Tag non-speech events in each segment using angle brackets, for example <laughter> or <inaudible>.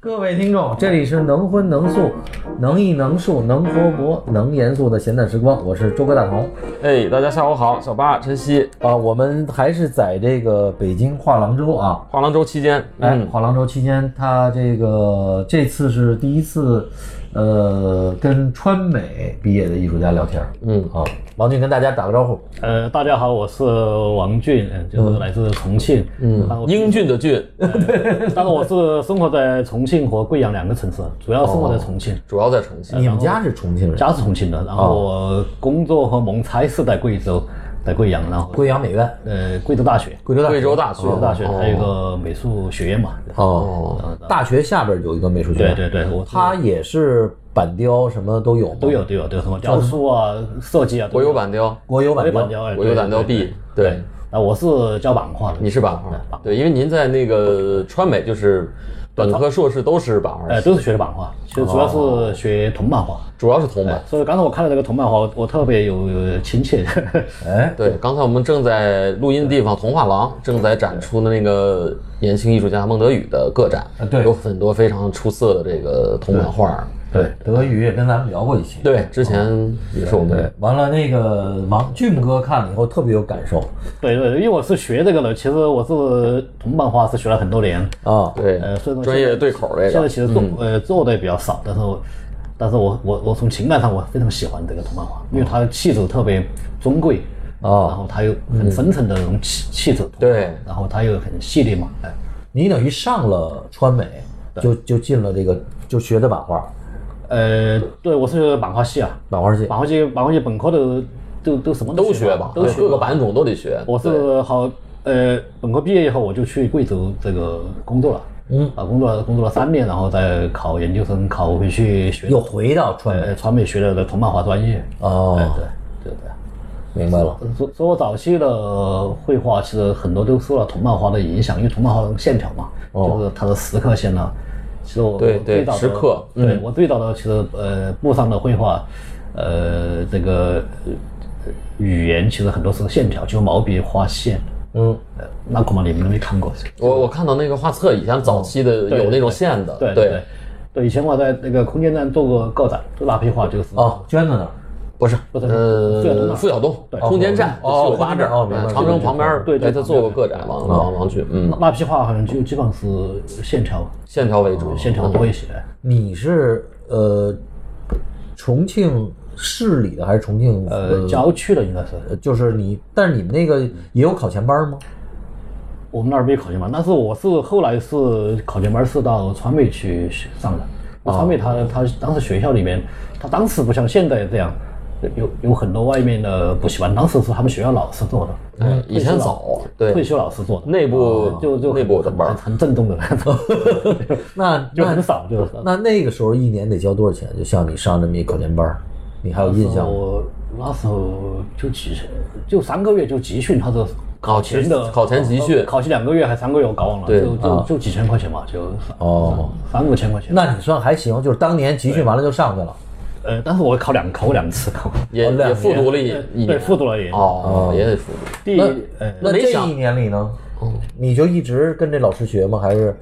各位听众，这里是能荤能素、能艺能术、能活泼、能严肃的闲淡时光，我是周哥大同。哎，大家下午好，小八、晨曦，啊，我们还是在这个北京画廊周啊，画廊周期间，哎，嗯，画廊周期间，他这个这次是第一次，呃，跟川美毕业的艺术家聊天。嗯啊，王俊跟大家打个招呼。呃，大家好，我是王俊，嗯，就是来自重庆，嗯，英俊的俊，但是我是生活在重庆和贵阳两个城市，主要生活在重庆，主要在重庆。你们家是重庆人？家是重庆的，然后我工作和蒙差是在贵州，在贵阳，然后贵阳美院，呃贵州大学，贵州大贵州大学，贵州大学哦还有一个美术学院嘛，哦，大学下边有一个美术学对院，对对，我是它也是板雕什么都有，都有。都有都有什么雕塑啊、设计啊，国有板雕，国有我板有雕板，雕，哎国有板雕，对 B，对，哎啊，我是教版画的，你是版画对版，对，因为您在那个川美就是本科、硕士都是版画呃系，都是学的版画，其实主要是学铜版画。主要是铜哎版。所以刚才我看到这个铜版画，我我特别有有亲切。哎，对，刚才我们正在录音的地方铜画廊正在展出的那个年轻艺术家孟德宇的个展啊，对有很多非常出色的这个铜版画。对，德语也跟咱们聊过一期。对，之前也是我们完了，那个王俊哥看了以后特别有感受对对，因为我是学这个的，其实我是铜版画是学了很多年，啊，对呃，所以说专业对口这现在个其实做、呃做的也比较少，但是我但是我我我从情感上我非常喜欢这个铜版画，因为它的气质特别尊贵。哦然后它有很深沉的那种气气质，对然后它又很细腻嘛，哎，你等于上了川美，就就进了这个，就学的版画，呃，对我是版画系啊，版画系。版画系版画系本科的都都什么都学学吧吧，，都对学各吧个版种都得学。我是好，呃，本科毕业以后我就去贵州这个工作了，嗯，啊，工作了工作了三年，然后再考研究生，考回去学又回到川美呃传媒学的铜版画专业，哎哦，对对对，明白了。呃所所以我早期的绘画其实很多都受到铜版画的影响，因为铜版画的线条嘛，就是它的石刻线啊，其实我对我对最早的石刻对我最早的其实呃布上的绘画，呃这个呃语言其实很多是线条，就是毛笔画线。嗯，呃，那恐怕你们都没看过。我我看到那个画册，以前早期的对有那种线的，对对，对，以前我在那个空间站做过个展，就那批画就是哦，娟子呢？不是，不是付晓东呃，那付晓东对空间站哦是有八这儿哦明白长城旁边儿，哎对对他做过个展，王王王俊，嗯那，那批画好像就基本上是线条，线条为主，哦哎线条多一些。你是呃重庆市里的还是重庆？呃，郊区的应该是，呃，就是你，但是你们那个也有考前班吗？我们那儿没考前班，但是我是后来是考前班是到川美去上的。川美哦它它当时学校里面，它当时不像现在这样，有有很多外面的补习班，当时是他们学校老师做的，哎以前早，嗯退对，休老师做的，哦内部就就内部的班很儿，很正宗的 <laughs> 那种。那就那很少，就是那那个时候一年得交多少钱？就像你上这么一考前班儿，你还有印象吗？我那时候就集就三个月就集训，他的考前哦的考前集训考前两个月还三个月，我搞忘了，对啊就就就几千块钱吧，就哦，三五千块钱。那你算还行，就是当年集训完了就上去了。呃，但是我考两考过两次，考过也两也复读了一一对年，复读了也哦，也得复读。第一呃那没这想一年里呢，嗯你就一直跟这老师学吗？还是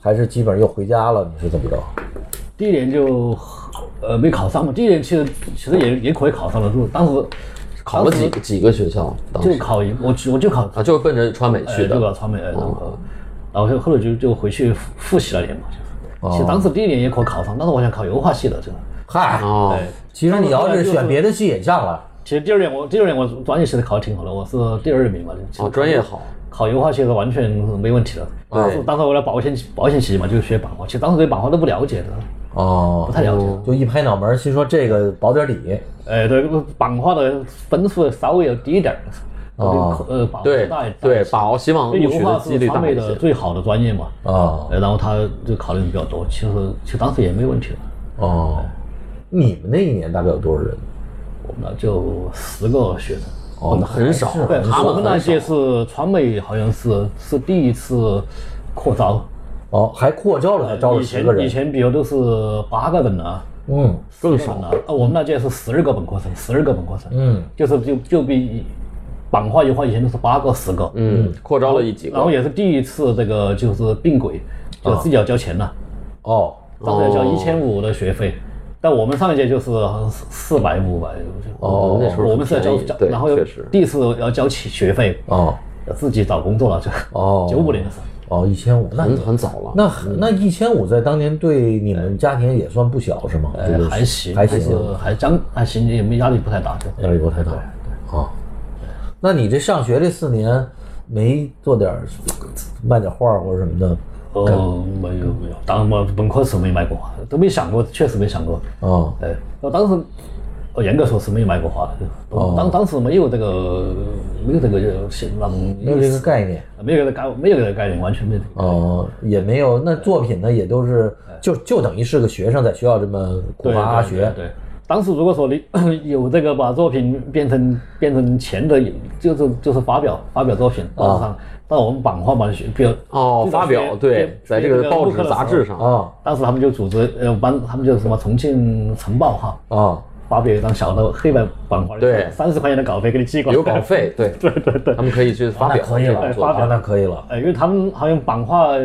还是基本上又回家了？你是怎么着？第一年就呃没考上嘛，第一年其实其实也也可以考上了，就当时考了几几个学校？当就时考一我我就考啊，就是奔着川美去呃就搞的，哦传媒，呃然后然后就后来就就回去复复习了点嘛，哦就是。其实当时第一年也可考上，但是我想考油画系的，这个。嗨，哦，其实你要那是就是选别的系也上了，其实第二年我第二年我专业其实考得挺好的，我是第二名嘛。其哦，实专业好，考油画系是完全没问题的。对当时当时为了保险起保险起见嘛，就学版画。其实当时对版画都不了解的，哦不，太了解。就一拍脑门儿，心说这个保点底。呃，对版画的分数稍微要低一点儿。哦呃，版画对大一对，大把握希望一录些取油的画几是率川大美一的些。最好的专业嘛。哦呃，然后他就考虑比较多，其实其实当时也没问题了。哦，你们那一年大概有多少人？我们那就十个学生。哦，那很少，对，他我们们那很少届是川美，好像是是第一次扩招。哦，还扩招了，才招了呃以十个前以人。前比如都是八个人啊，嗯更四少个人啊。呃我们那届是十二个本科生，十二个本科生，嗯，就是就就比版画、油画以前都是八个、十个，嗯，扩招了一几个，然后也是第一次这个就是并轨，就是自己要交钱了。啊哦，当时要交一千五的学费，但我们上一届就是好像四百五百，哦那时候我们是要交便宜交，对然后又确实第一次要交起学费，哦要自己找工作了就，哦九五年的时候。哦，一千五，那很很早了。那那一千五在当年对你们家庭也算不小是吗？这呃，个还行，还是行，还将还行，也没压力不太大。对压力不太大。啊，那你这上学这四年没做点儿卖点画儿或者什么的哦，没有没有，当然我本科时候没买过花，啊都没想过，确实没想过。啊？呃，我当时，我严格说是没有买过花的，当当时没有这个没有这个就是那种没有这个概念没有这个概没有这个概念，完全没有这个。哦，也没有。那作品呢，也都是就就等于是个学生在学校这么苦对哈哈对学。对，当时如果说你 <coughs> 有这个把作品变成变成钱的，就是就是发表发表作品报纸上，到我们版画嘛，比如哦，发表对，在这个报纸杂志。学学那个陆克的时上候啊当时他们就组织，呃，班他们就什么重庆晨报哈，啊发表一张小的黑白版画，对三十块钱的稿费给你寄过来，有稿费，对对对对，他们可以去发那表，可以了，对发表啊那可以了。哎，因为他们好像版画，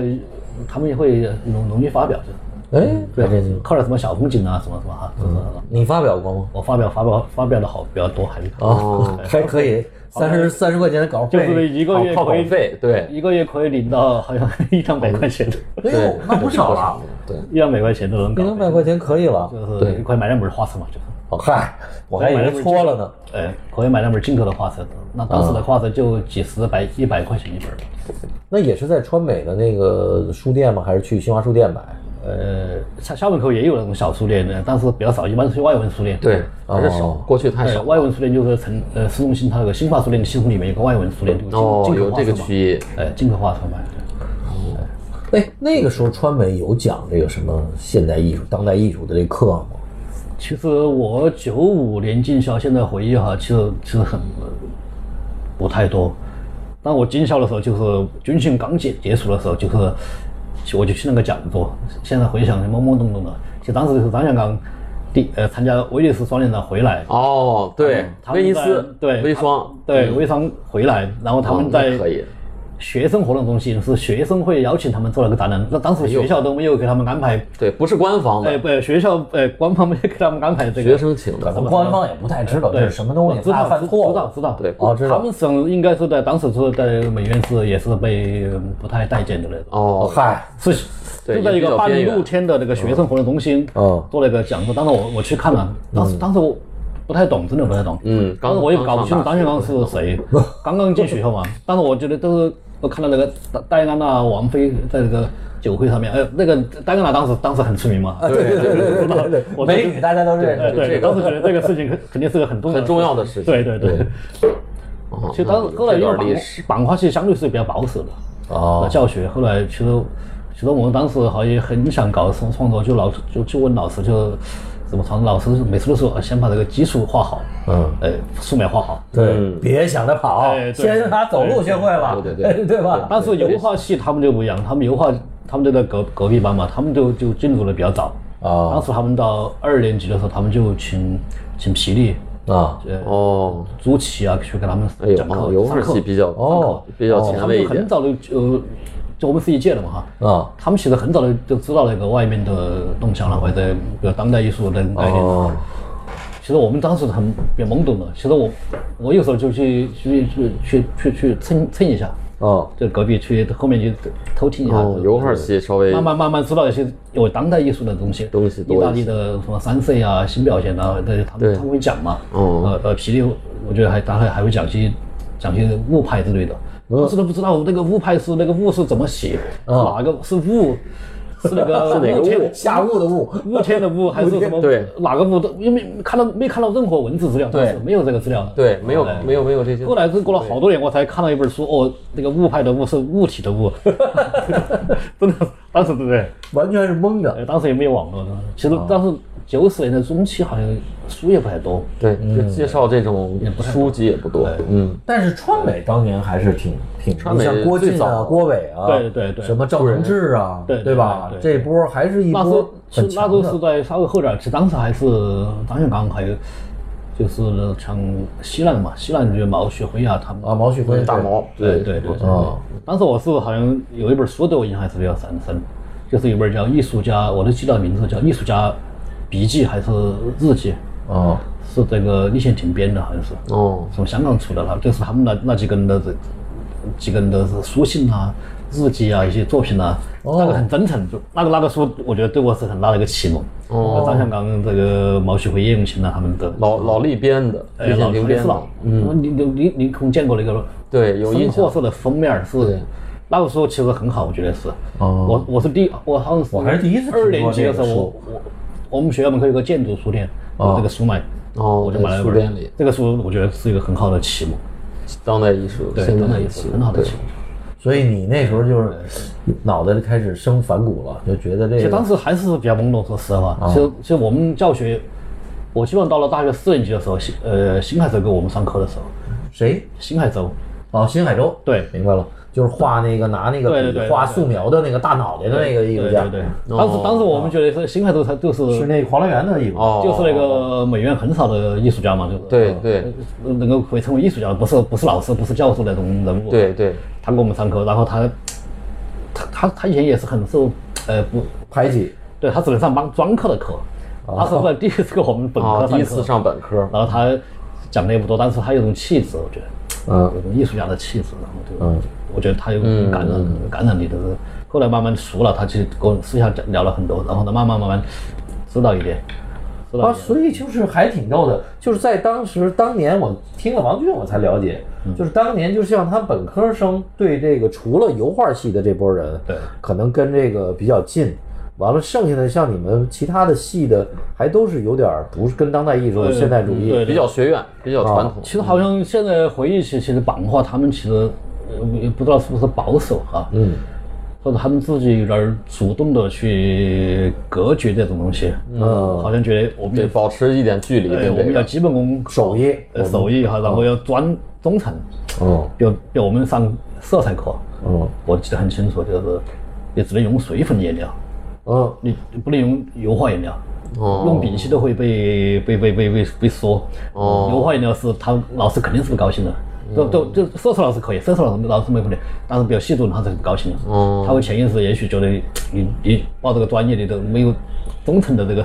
他们也会容容易发表，就哎，还真是行。靠点什么小风景啊，什么什么哈，嗯就是那种你发表过吗？我发表发表发表的好比较多，还是啊，哎还可以，三十三十块钱的稿就费，是一个月靠稿可以费，对一个月可以领到好像一两百块钱的，哎呦，那不少了，对，一两百块钱的能一搞，两百块钱可以了。就是可以买两本画册嘛，就是。哦嗨，我还以为搓了呢。哎，可以买那本进口的画册，那当啊时的画册就几十百一百块钱一本儿，那也是在川美的那个书店吗？还是去新华书店买？呃，像校门口也有那种小书店的，但是比较少，一般是去外文书店。对，还是少，过去太哎，少。啊外文书店就是城呃市中心它有个新华书店的系统里面有个外文书店，就是进哦，进口有画这个册嘛区域，哎，进口画册嘛。哎，那个时候川美有讲这个什么现代艺术、当代艺术的这课吗？其实我九五年进校，现在回忆哈，其实其实很呃不太多。但我进校的时候，就是军训刚结结束的时候，就是我就去那个讲座。现在回想懵懵懂懂的，就当时是张建刚第呃参加威尼斯双年展回来，哦，对，他们威尼在斯，对微双，对微商回来，然后他哦们那在可以，学生活动中心是学生会邀请他们做了个展览，那哎当时学校都没有给他们安排，对，不是官方呃的，不，学校呃官方没有给他们安排这个学生请的，官方也不太知道这对，是什么东西，知怕道犯错误知道知道。对哦知道他们省应该是在当时是在美院是也是被呃不太待见的那种。哦哦，嗨，是对就在一也比个较嗯半边缘露天的那个学生活动中心，哦做了一个讲座。当时我我去看了，当时当时我不太懂，真的不太懂。嗯刚当时我也搞不清楚刚张上嗯学刚是谁，刚刚进学 <laughs> 校嘛。但啊是我觉得都是我看到那个戴戴安娜王妃在那个酒会上面，呃，那个戴安娜当时当时很出名嘛，啊，对对对对对对对，我 <laughs> 美女大家都认哎识。就这对，个当时觉得这个事情肯肯定是个很重要很重要的事情对对对。哦其实当那后来这因为段历版史，版画系相对是比较保守的哦教学。后来其实其实我们当时好像也很想搞什么创作，就老就就问老师就怎么创，老师每次都说呃先把这个基础画好，嗯，哎，素描画好。对，别想着跑，哎对先让他走路学会了，嗯对对对 <laughs> 对吧？但是油画系他们就不一样，他们油画他们就在隔隔壁班嘛，他们就就进入的比较早。哦啊当时他们到二年级的时候，他们就请请皮力、啊，呃哦，朱琦啊去给他们哎呦讲课，哦，油画上课系比较哦比较他前们卫就一点很，早的就呃就我们是一届的嘛哈，啊，他们其实很早的就知道那个外面的动向了，或者这个当代艺术的概念。哦，其实我们当时很也懵懂的，其实我我有时候就去去去去去去蹭蹭一下，哦，就隔壁去后面去偷听一下。哦，油画系稍微慢慢慢慢知道一些有当代艺术的东西，东西多一意些大利的什么三色啊、新表现啊，这些他对们他们会讲嘛。哦呃呃，皮利我觉得还大概还会讲些讲些物派之类的，哦我是都不知道那个物派是那个物是怎么写，是哪个是物，是那 <laughs> 个是哪个雾天物下雾的雾，雾天的 <laughs> 雾还是什么？对哪个雾都因为没看到没看到任何文字资料，对当时没有这个资料的。对，没有没有没有这些后来是过了好多年，我才看到一本书，哦，那个物派的物是物体的物， <laughs> 真的，当时对不对？完全是懵的。呃，当时也没有网络的，其哦实当时九十年的中期好像书也不太多，对，就介绍这种书籍嗯也不多，嗯，但是川美当年还是挺挺，川美像郭最靖啊、早郭伟啊，对对对什么赵承志啊，对对吧？对对这波还是一那时波候是很那时强候的。是在稍微后点儿，其实当时还是张学刚还有就是像西南嘛，西南就是毛旭辉啊他们啊，毛旭辉大毛，对对对，啊，当时我是好像有一本书对我印象还是比较深深，就是有本叫《艺术家》，我都记到名字叫《艺术家笔记》还是日记，哦，是这个李显廷编的，好像是。哦，从香港出的了，就是他们那那几个人的这几个人的书信啊、日记啊、一些作品啊，那个很真诚，就那个那个书，我觉得对我是很大的一个启蒙。哦，张香港这个毛旭辉、叶永青啊，他们的老老力编的，哎李显老廷唐也编是的老，，嗯，你你你你可能见过那个对，有深印货象。色的封面是对。那个时候其实很好，我觉得是。哦我我是第我好像是我还是第一次听过二年级的时候，这个我书我我们学校门口有个建筑书店，哦这个书买，哦，我就买在了一书本店里，这个书我觉得是一个很好的启蒙。当代艺术，对，现真代的艺也术是，很好的对情况。所以你那时候就是脑袋开始生反骨了，就觉得其这实当个时还是比较懵懂，说实话。啊其实其实我们教学，我基本上到了大学四年级的时候，新呃辛亥州给我们上课的时候，谁辛亥州，哦，新海洲，对明白了，就是画那个拿那对个对对笔对画素描的那个大脑袋的那个艺对术对家，对。哦当时当时我们觉得是辛亥州，它就是是那黄乐园的艺术家，哦，就是那个美院很少的艺术家嘛，就是对对呃能够被称为艺术家，不是不是老师，不是教授那种人物。，对对，他给我们上课，然后他他他他以前也是很受呃不，排挤，对他只能上帮专科的课，他是在第一次给我们本科哦，上第一课次上本科，然后他讲的也不多，但是他有种气质，我觉得嗯有种艺术家的气质，然后就、我觉得他有感染、感染力的。后来慢慢熟了，他就跟我私下讲聊了很多，然后呢，慢慢慢慢知道一点，知道啊，一点。所以就是还挺逗的，就是在当时当年我听了王俊，我才了解，嗯就是当年就像他本科生对这个除了油画系的这波人，对，可能跟这个比较近。完了，剩下的像你们其他的系的，还都是有点儿不是跟当代艺术、现代主义对比较学院，比较传统，其实好像现在回忆起，其实版画他们其实呃也不知道是不是保守啊，嗯，或者他们自己有点儿主动的去隔绝这种东西，嗯好像觉得我们对，保持一点距离对，跟我这们要个，基本功手艺，呃手艺哈，然后要专忠诚。哦比如比如我们上色彩课，哦我记得很清楚，就是也只能用水粉颜料，哦你你不能用油画颜料。哦用丙烯都会被被被被被被说。哦油画颜料是他老师肯定是不高兴的。就就就色彩老师可以，色彩老师老师没问题，但是比较系主任他是不高兴的。哦他会潜意识也许觉得你你报这个专业你都没有忠诚的这个，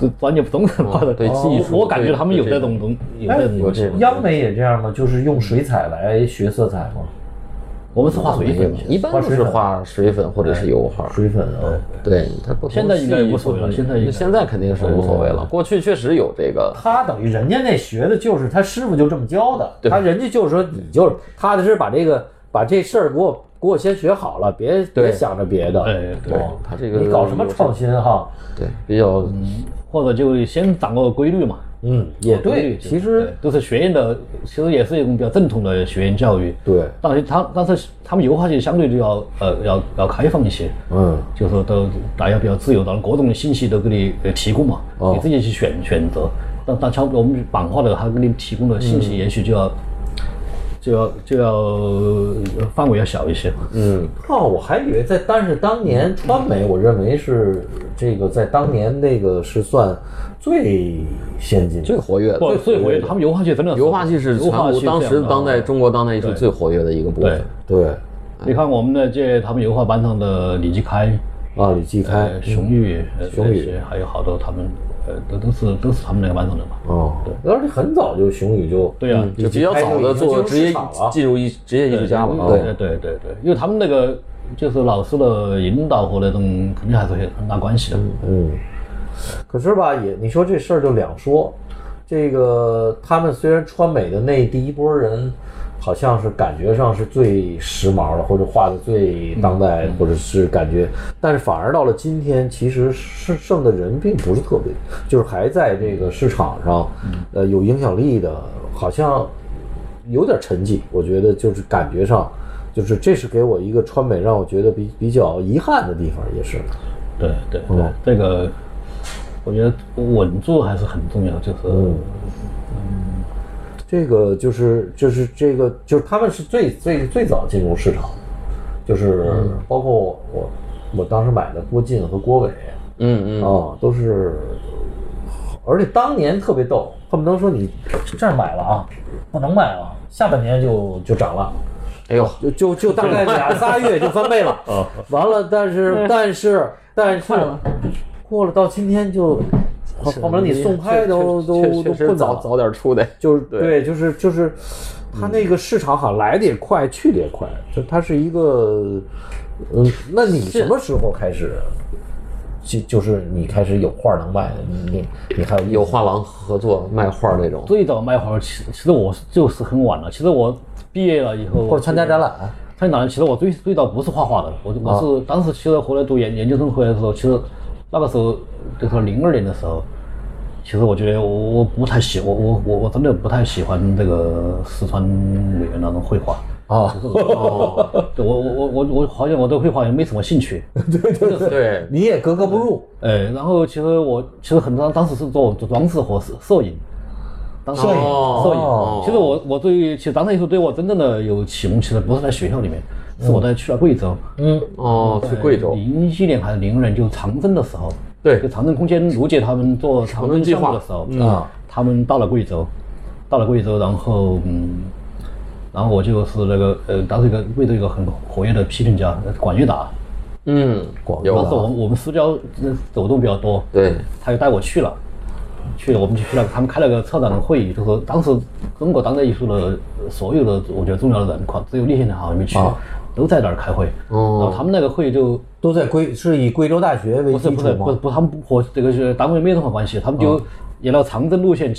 这专业不忠诚报的。哦对技术我我感觉对他们有对这这种东有哎这种东西。央美也这样吗？就是用水彩来学色彩吗？我们是画水粉，一般都是画水粉或者是油画，水粉啊，对，它不同现在应该系无所谓了不同现在应该嗯现在肯定是无所谓了，过去确实有这个，他等于人家那学的就是他师傅就这么教的，他人家就是说你就是踏踏实实把这个把这事儿给我给我先学好了，别别想着别的。哎对哦他这个你搞什么创新哈？对，比较或者就先掌握规律嘛。嗯，也对，其实都是学院的，其实也是一种比较正统的学院教育。对，但是他但是他们油画系相对就要呃要要开放一些，嗯，就是说都大家比较自由，当然各种信息都给你呃提供嘛，哦你自己去选选择。但但像我们版画的，他给你提供的信嗯息也许就要、就要就要呃范围要小一些。嗯，哦，我还以为在，但是当年川美，我认为是这个在当年那个是算最先进的，最活跃的，不，所以我觉得他们油画系真的油画系是全油画国系当这样时的啊当代嗯中国当代艺术最活跃的一个部对分。。对你看我们的这他们油画班上的李继开，啊，李继开呃，熊玉，呃熊这宇些还有好多他们，呃，都都是都是他们那个班上的嘛。哦，而且很早就熊宇就对啊，就比较早的做职业已经进入市场了进入艺职业艺术家了，啊哦对呃对对对对，因为他们那个就是老师的引导和那种肯定还是有很大关系的。嗯，可是吧，也你说这事儿就两说。这个他们虽然川美的那第一波人，好像是感觉上是最时髦的，或者画的最当代，或者是感觉，但是反而到了今天，其实是剩的人并不是特别，就是还在这个市场上，呃，有影响力的，好像有点沉寂。我觉得就是感觉上，就是这是给我一个川美让我觉得比比较遗憾的地方，也是。对对对嗯，这个我觉得稳住还是很重要，嗯就是这个就是就是这个就是他们是最最最早进入市场，就是包括我我当时买的郭靖和郭伟嗯嗯，啊，都是，而且当年特别逗，恨不能说你这儿买了啊，不能卖了，下半年就就涨了。哎呦，就就就大概俩仨月就翻倍 <laughs> 了。哦啊，完了，但嗯是但是但是过了到今天就，后面你送拍都确都确都实困难早了，早点出的，就是对，就是就是。它那个市场好像来的也快，去的也快，就它是一个，嗯，那你什么时候开始，就就是你开始有画能卖的，你你你还嗯有有画廊合作卖画那种，最早卖花儿，其其实我就是很晚了。其实我毕业了以后，或者参加展览，参加展览，其实我最最早不是画画的，我啊我是、当时其实回来读研研究生回来的时候，其实那个时候就是零二年的时候，其实我觉得我我不太喜我我我我真的不太喜欢这个四川委员那种绘画。 <laughs> 啊，哦，对我我我我我好像我对绘画也没什么 <laughs> 兴趣，对，你也格格不入，呃，然后其实我其实很当当时是做做装饰和摄摄影，当时摄影哦摄影。哦其实我我对于其实当代艺术对我真正的有启蒙，其实不是在学校里面，是我在去了贵州，嗯，哦，去贵州，零一年还是零二年就长征的时候，对就长征空间卢姐他们做长征征计项划目的时候，嗯啊，他们到了贵州，到了贵州，然后嗯。然后我就是那个呃，当时一个贵州一个很活跃的批评家管乐达，嗯，广有当时我们我们私交呃走动比较多，对，他就带我去了，去了我们就去了，他们开了个策展的会议，就说当时中国当代艺术的呃所有的我觉得重要的人，可能只有那些人好像没去，都在那儿开会。啊哦然后他们那个会就都在贵是以贵州大学为不是基不础是不是吗？不，他们不和这个是单位没有任何关系，他们哦就沿着长征路线，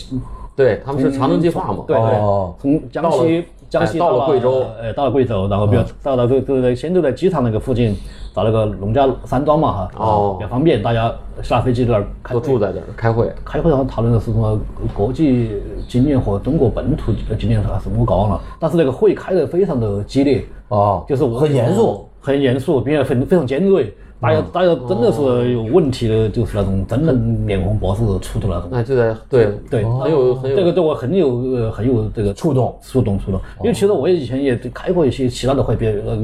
对，他们是长征计划嘛，嗯对哦对，从江到了西江西哎到了贵州嗯呃，到了贵州，然后比较到了就就在先就在机场那个附近找那个农家山庄嘛哈，哦比较方便，大家下飞机在那儿开都会。住在这儿开会，开会上讨论的是什么国际经验和中国本土经验还是不高了，但是那个会开得非常的激烈，啊，就是我很严肃，嗯很严肃，并且很非常尖锐，大家大家真的哦是有问题的，就是那种真的脸红脖子粗的那种。哎那就在对哦对哦很有很有这个对我很有呃很有这个触动哦触动触动，因为其实我以前也开过一些其他的会，比如呃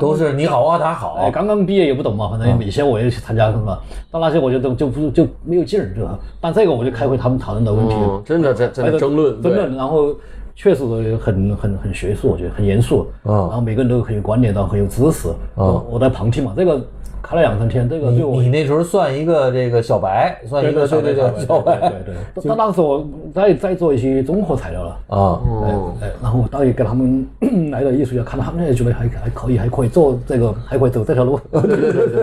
都是你好啊，他好哎，，刚刚毕业也不懂嘛，反嗯正以前我也去参加什么，到那些我觉得就不就没有劲儿，对吧？但这个我就开会他们讨论的问哦题，嗯，真的在在那争论，呃对，争论，然后确实很很很学术，我觉得很严肃，啊嗯然后每个人都很有观点，然后很有知识，我我在旁听嘛，这个开了两三天，这个你嗯对我你那时候算一个这个小白，算一个对对对对对小 <laughs> 对白对对，对那当时我在在做一些综合材料了。啊，哦，哎，然后我导演给他们 <coughs> 来的艺术家看了，他们也觉得还还可以，还可以做这个，还可以走这条路， <laughs>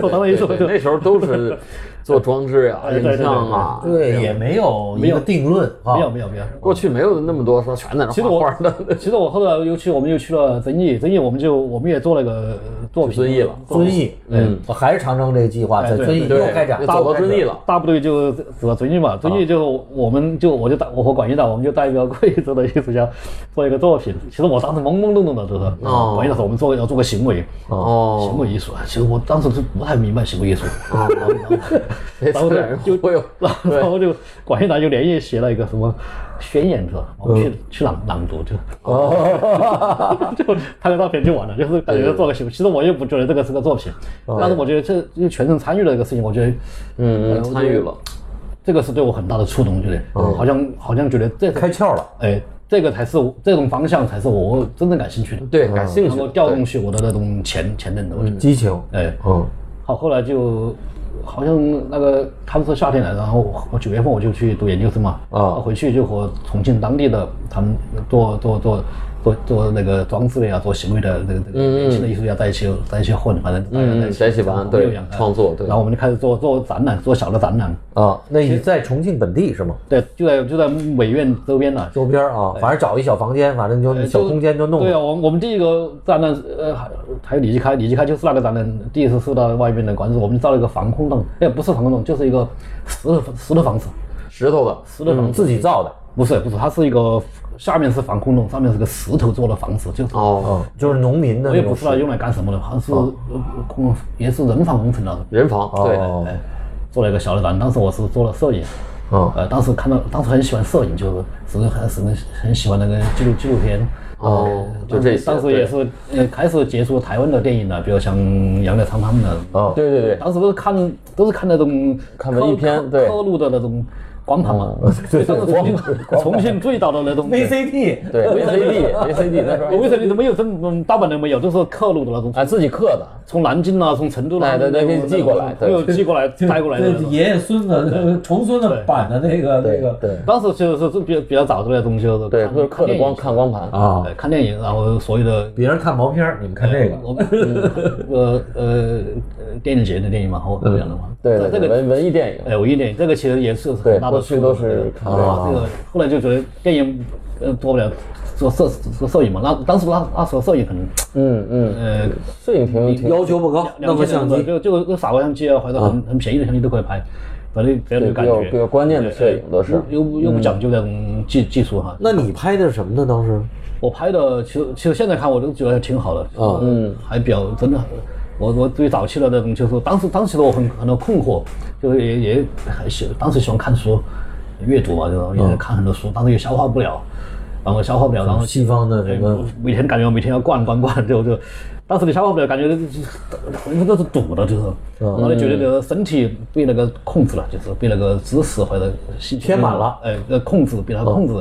做当代艺术。对，那时候都是 <laughs> 做装置呀、对影对对像啊，对，也没有一个定论啊， <laughs> 没有没有没 <laughs> 有，过去没有那么多说全在那其实画我画 <laughs> 的， <laughs> 其实我后来又去，我们又去了遵义，遵义我们就我们也做了个呃作品，遵义了，遵义，嗯，还是长征这个计划，在哎对遵义对又对，开展，就走到遵义，了，大部队就走到遵义啊嘛，遵义就我们就我就代我和管一导，我们就代表贵州的艺术家做一个作品。其实我当时懵懵懂懂的，就是哦管一导说我们做个要做个行为，行哦，为艺术。啊其实我当时是不太明白行为 <laughs> 艺术，啊， <laughs> 这然后自然就 <laughs> 会有， <laughs> 然后然后就管一导就连夜写了一个什么宣言，是嗯吧？我们去去朗朗读就。哦 <laughs> 就拍个照片就完了，就是感觉做个行为。其实我又不觉得这个是个作品，哦但是我觉得这就全程参与了这个事情，我觉得嗯嗯，参与了，这个是对我很大的触动，觉得嗯好像好像觉得这开窍了。哎，这个才是我这种方向才是我真正感兴趣的，对，感兴能趣够的，调对动嗯起我的那种潜潜能的，我觉得，激情，哎，嗯，好，后来就好像那个他们说夏天来，然后我我九月份我就去读研究生嘛，啊回去就和重庆当地的他们做做做做做那个装置的呀，做行为的这个这个年轻的艺术家在一起在一起混，反正大家在嗯，一起在一起玩，像朋友对一样，哎创作，对然，后我们就开始做做展览，做小的展览，啊，那你在重庆本地是吗？对，就在就在美院周边了，周边啊，反正找一小房间，反正就呃小哎就空间就弄对啊，了。我们我们第一个展览，呃，还还有李继开，李继开就是那个展览第一次受到外面的关注，我们造了一个防空洞，哎，不是防空洞，就是一个石头石头房子，石头的，石头房子，嗯自己造的不是不是，它是一个下面是防空洞，上面是个石头做的房子，就是。哦，哦，就是农民的我那也种不知道用来干什么的，好像是呃工也是人防工程那种，人房，对，哦哎，做了一个小的展，当时我是做了摄影，哦呃，当时看到，当时很喜欢摄影，就是只是很很很喜欢那个纪录纪录片。哦呃就这些当时也是呃开始接触台湾的电影了，比如像杨德昌他们的。哦对对对，当时都是看都是看那种看文艺片科对哦科路的那种光盘嘛， <laughs> 对，当时重庆 <laughs> 重庆最早的那种 VCD <laughs> 对 VCD VCD <laughs> 那时候为什么都没有这么嗯盗版的没有，都是刻录的那种，哎自己刻的，从南京啊，从成都啊，哎对对那种给寄过来朋友寄过来带过来的那对种。爷爷孙子、呃重孙子版的那个那个对当时就是比较比较早的那种，就是对，看就是刻的光看光盘啊对，看电影，然后所有的 <laughs> 别人看毛片儿，你们看这个，我们呃呃呃电影节的电影嘛，或者讲的话，对对这这对个文文艺电影，哎，我一点这个其实也是对很大的过去都出入是对看啊，这个后来就觉得电影呃多不了做摄做摄影嘛，那当时那那时候摄影很嗯嗯，呃摄影挺挺要求不高，弄两个千相多机，就就个傻瓜相机啊，或者很很便宜的相机都可以拍，反正这对样的比感较觉，比较关键的摄影都是嗯又呃又不又不讲究那种技技术哈。那你拍的是什么呢？当时我拍的其实其实现在看我都觉得挺好的，嗯，还比较真的。我我对早期的那种就是当时当时的我很很多困惑，就是也也很喜当时喜欢看书，阅读嘛，就是也看很多书，当时也消化不了，然后消化不了，然后西方嗯的什么每天感觉我每天要灌灌灌，就就，当时你消化不了，感觉就是浑身都是堵的，就是，嗯然后就觉得这个身体被那个控制了，就是被那个知识或者信息填满了哎，呃控制被它控制，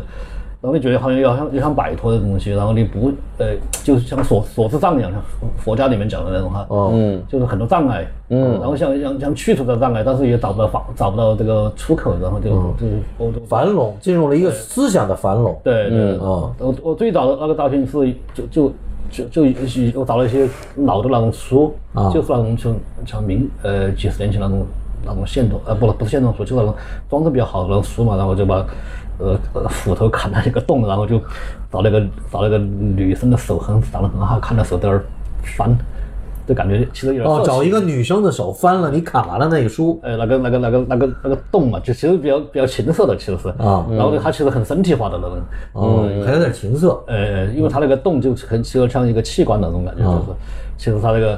然后就觉得好像要想要想摆脱这东西，然后你不呃，就是像所所知障一样，像佛佛家里面讲的那种哈，嗯，就是很多障碍，嗯，然后想想想去除这障碍，但是也找不到法，找不到这个出口，然后就就我都樊笼，进入了一个思想的樊笼。对对，哦我我最早的那个照片是就就就就就我找了一些老的那种书，啊就是那种像像明呃几十年前那种那种现装呃不不是现装书，就是那种装的比较好的那种书嘛，然后我就把呃呃斧头砍了一个洞，然后就找了一个找了一个女生的手很长得很好看的手在那儿翻，就感觉其实有点哦，色情找一个女生的手翻了，你砍完了那个书，呃，那个、那个、那个、那个、那个洞嘛，就其实比较比较情色的，其实是啊然后呢，它其实很身体化的那种，哦，嗯还有点情色，呃，因为它那个洞就很就像一个器官的那种感觉，就是，其实它那个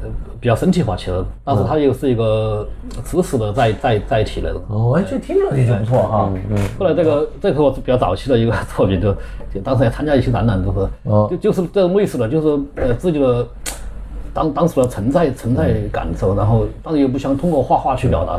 呃比较身体化，其实，但是它又是一个知识的载载载体那种。哦，哎，这听上去就不错哈。后来这个这个我是比较早期的一个 <laughs> 作品，就就当时也参加一些展览，就是、哦就就是这种类似的，就是呃自己的当当时的存在存在感受，然后但是又不想通过画画去表达，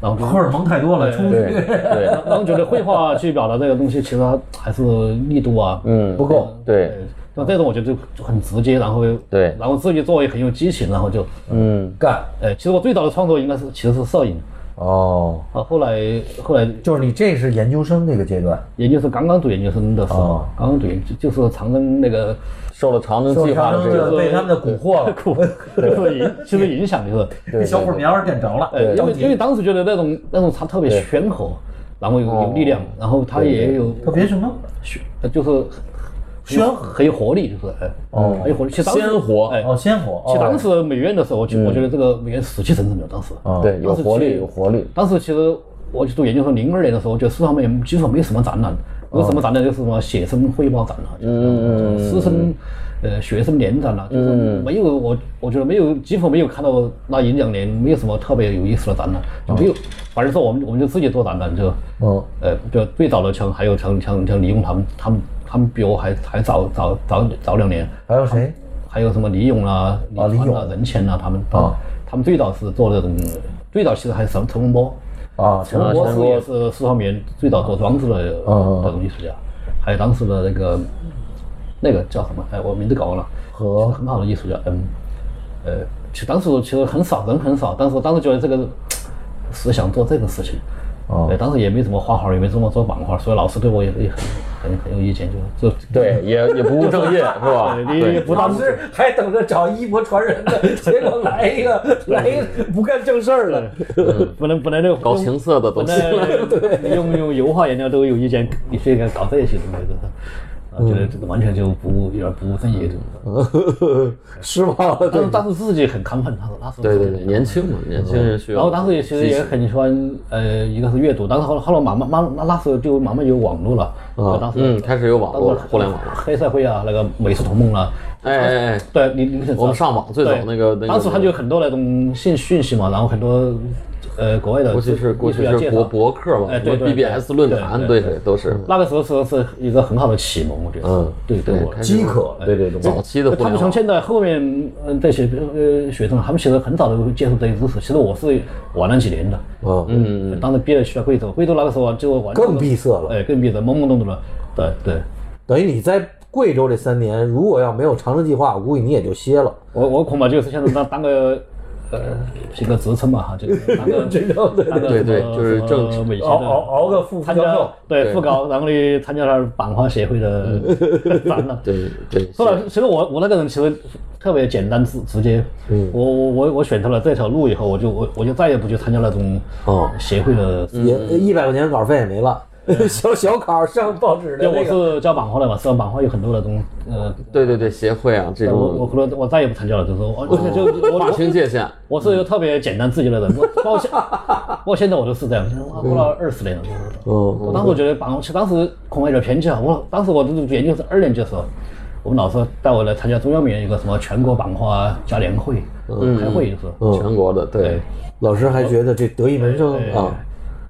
然后就荷尔蒙太多了，冲对对 <laughs> 然后觉得绘画去表达这个东西，其实它还是力度啊，嗯。嗯不够。对那这种我觉得就很直接，然后对然后自己做也很有激情，然后就，嗯干呃，其实我最早的创作应该是其实是摄影，哦，啊，后来后来就是你这是研究生这个阶段，研究生刚刚读研究生的时候，哦刚刚读研究就是长征 <laughs> 那个受了长征受计划的伤这就个被他们的蛊惑了，苦，就是影其实影响就是，那小伙苗儿点着了，呃，因为因为当时觉得那种那种它特别炫火，然后有有力量，然后它也有特别什么炫，呃就是宣很很有活力，就是哎，哦，很有活力，其实当时鲜活哎，哦，鲜活其实当哦，时美院的时候，我觉我觉得这个美院死气沉沉的，当时。哦嗯对有活力有活力，当时其实我去读研究生，零二年的时候，我觉得市场上面基本上没有什么展览，有什么展览就是什么写生汇报展啊，嗯嗯，师生呃学生联展啊，就是没有我我觉得没有几乎没有看到那一两年没有什么特别有意思的展览，就没有，反正说我们我们就自己做展览就。嗯，呃，就最早的像还有像像像李勇他们，他们他们比我还还早早早早两年，还有谁？还有什么李勇啦、李李勇咏啊、任谦啊，他们啊他们最早是做这种，最早其实还是陈陈洪波，啊，陈洪波是也是四方面最早做装置的的那种艺术家，啊还有当时的那个那个叫什么？哎，我名字搞忘了，和是很好的艺术家，嗯，呃，其实当时其实很少人很少，但是当时觉得这个是想做这个事情。哦对，当时也没怎么画画，也没怎么做版画，所以老师对我也也很很很有意见，就就对也也不务正业是吧？对你你对不当师还等着找衣钵传人呢，结果来一 <laughs> 个来一个不干正事儿的，不能不能这个搞情色的东西，那用用油画颜料都有意见，你非得搞这些东西，真的，啊，觉得这个完全就不务有点不务正业这种。失望了。但是当时自己很亢奋，他说那时候对对对，年轻嘛，年轻人需要。然后当时也其实也很喜欢，呃，一个是阅读，当时后来后来慢慢慢慢那时候就慢慢有网络了，就当时嗯，开始有网当络时了，互联网了。黑社会啊，那个美术同盟啊，哎哎哎，对，你你很知道我们上网最早对那个那个当时他就有很多那种信讯息嘛，然后很多呃国外的过去是过去是博博客嘛，哎对对 BBS 论坛对对对都是那个时候是是一个很好的启蒙，我觉得。嗯对对对我开始饥渴对这种早期的互他联们像网。现在后面嗯这些呃学生，他们其实很早就接触这些知识。其实我是晚了几年的，啊，嗯，当时毕业去了贵州，贵州那个时候啊就完全更闭塞了哎，更闭塞，懵懵懂懂的。对对，等于你在贵州这三年，如果要没有长征计划，我估计你也就歇了。我我恐怕就是现在当当个呃是一个职称嘛哈，就是当个真正的当个对对什么就是什正么式美协熬的熬熬个哦副副参教加授，对对副高，然后呢参加了版画协会的展览。对对，说了，其实我我那个人其实特别简单直直接，我我我我选择了这条路以后，我就我我就再也不去参加那种哦协会的。也一百块钱稿费也没了， <laughs> 小小稿上报纸的因为那我个。是教版画的嘛，是吧？版画有很多那种呃，对对对协会啊这我我种可能我再也不参加了，就是我我就哦我划我清界限，我是一个特别简单自己的人，我包括现包括现在我都是这样，我过了二十年了。嗯，我当时我觉得版画，其实当时可能有点偏激啊。我当时我都研究生二年级的时候，我们老师带我来参加中央民一个什么全国版画家联会嗯开会，就是。全国的对对，老师还觉得这德艺门生对哦啊，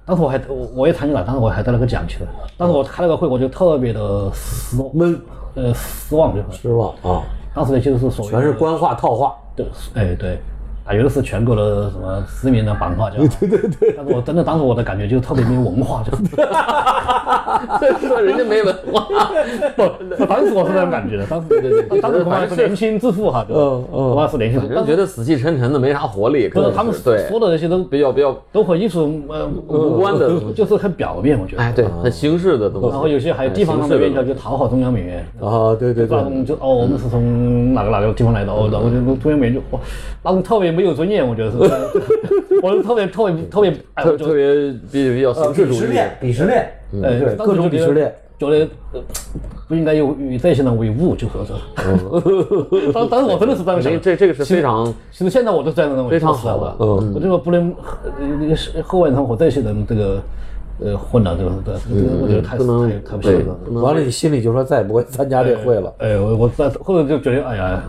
当时我还我我也参加了，当时我还得了个奖去了。当时我开了个会，我就特别的失望，闷呃失望就是。失望啊，当时的就是所谓全的是官话套话。对，哎对，啊有的是全国的什么知名的版画家，对对对。但是我真的当时我的感觉就特别没文化， <laughs> 就是 <laughs> 说人家没文化，不，当时我是那种感觉的，当时对对对，当时恐怕是年轻致富哈，对吧，嗯嗯恐怕是年轻致富，人觉得死气沉沉的没啥活力，可不能是是他们对说的那些都比较比较都和艺术呃无关的东西就是很表面，我觉得。哎对很形式的东西，哎然后有些还有地方上的院校就讨好中央美院，嗯啊，对对对那，种就哦，我们是从哪个哪个地方来的嗯哦，然后就中央美就哇，那种特别没有尊严，我觉得是， <laughs> 我是特别特别特别哎，特我就特别比比较形式主呃鄙视义，链，鄙视链，哎嗯对，当各时就种鄙视链。觉得呃不应该有与这些人为伍，就说嗯 <laughs> 是。当当时我真的是这样想这的。这这个是非常其实现在我都这样认为，非常说实在好话的嗯，我这个不能呃后半生和这些人这个呃混了，这个这嗯个我觉得太不能太太不对行了。完了，你心里就说再也不会参加这会了。哎，我我在后来就觉得，哎呀，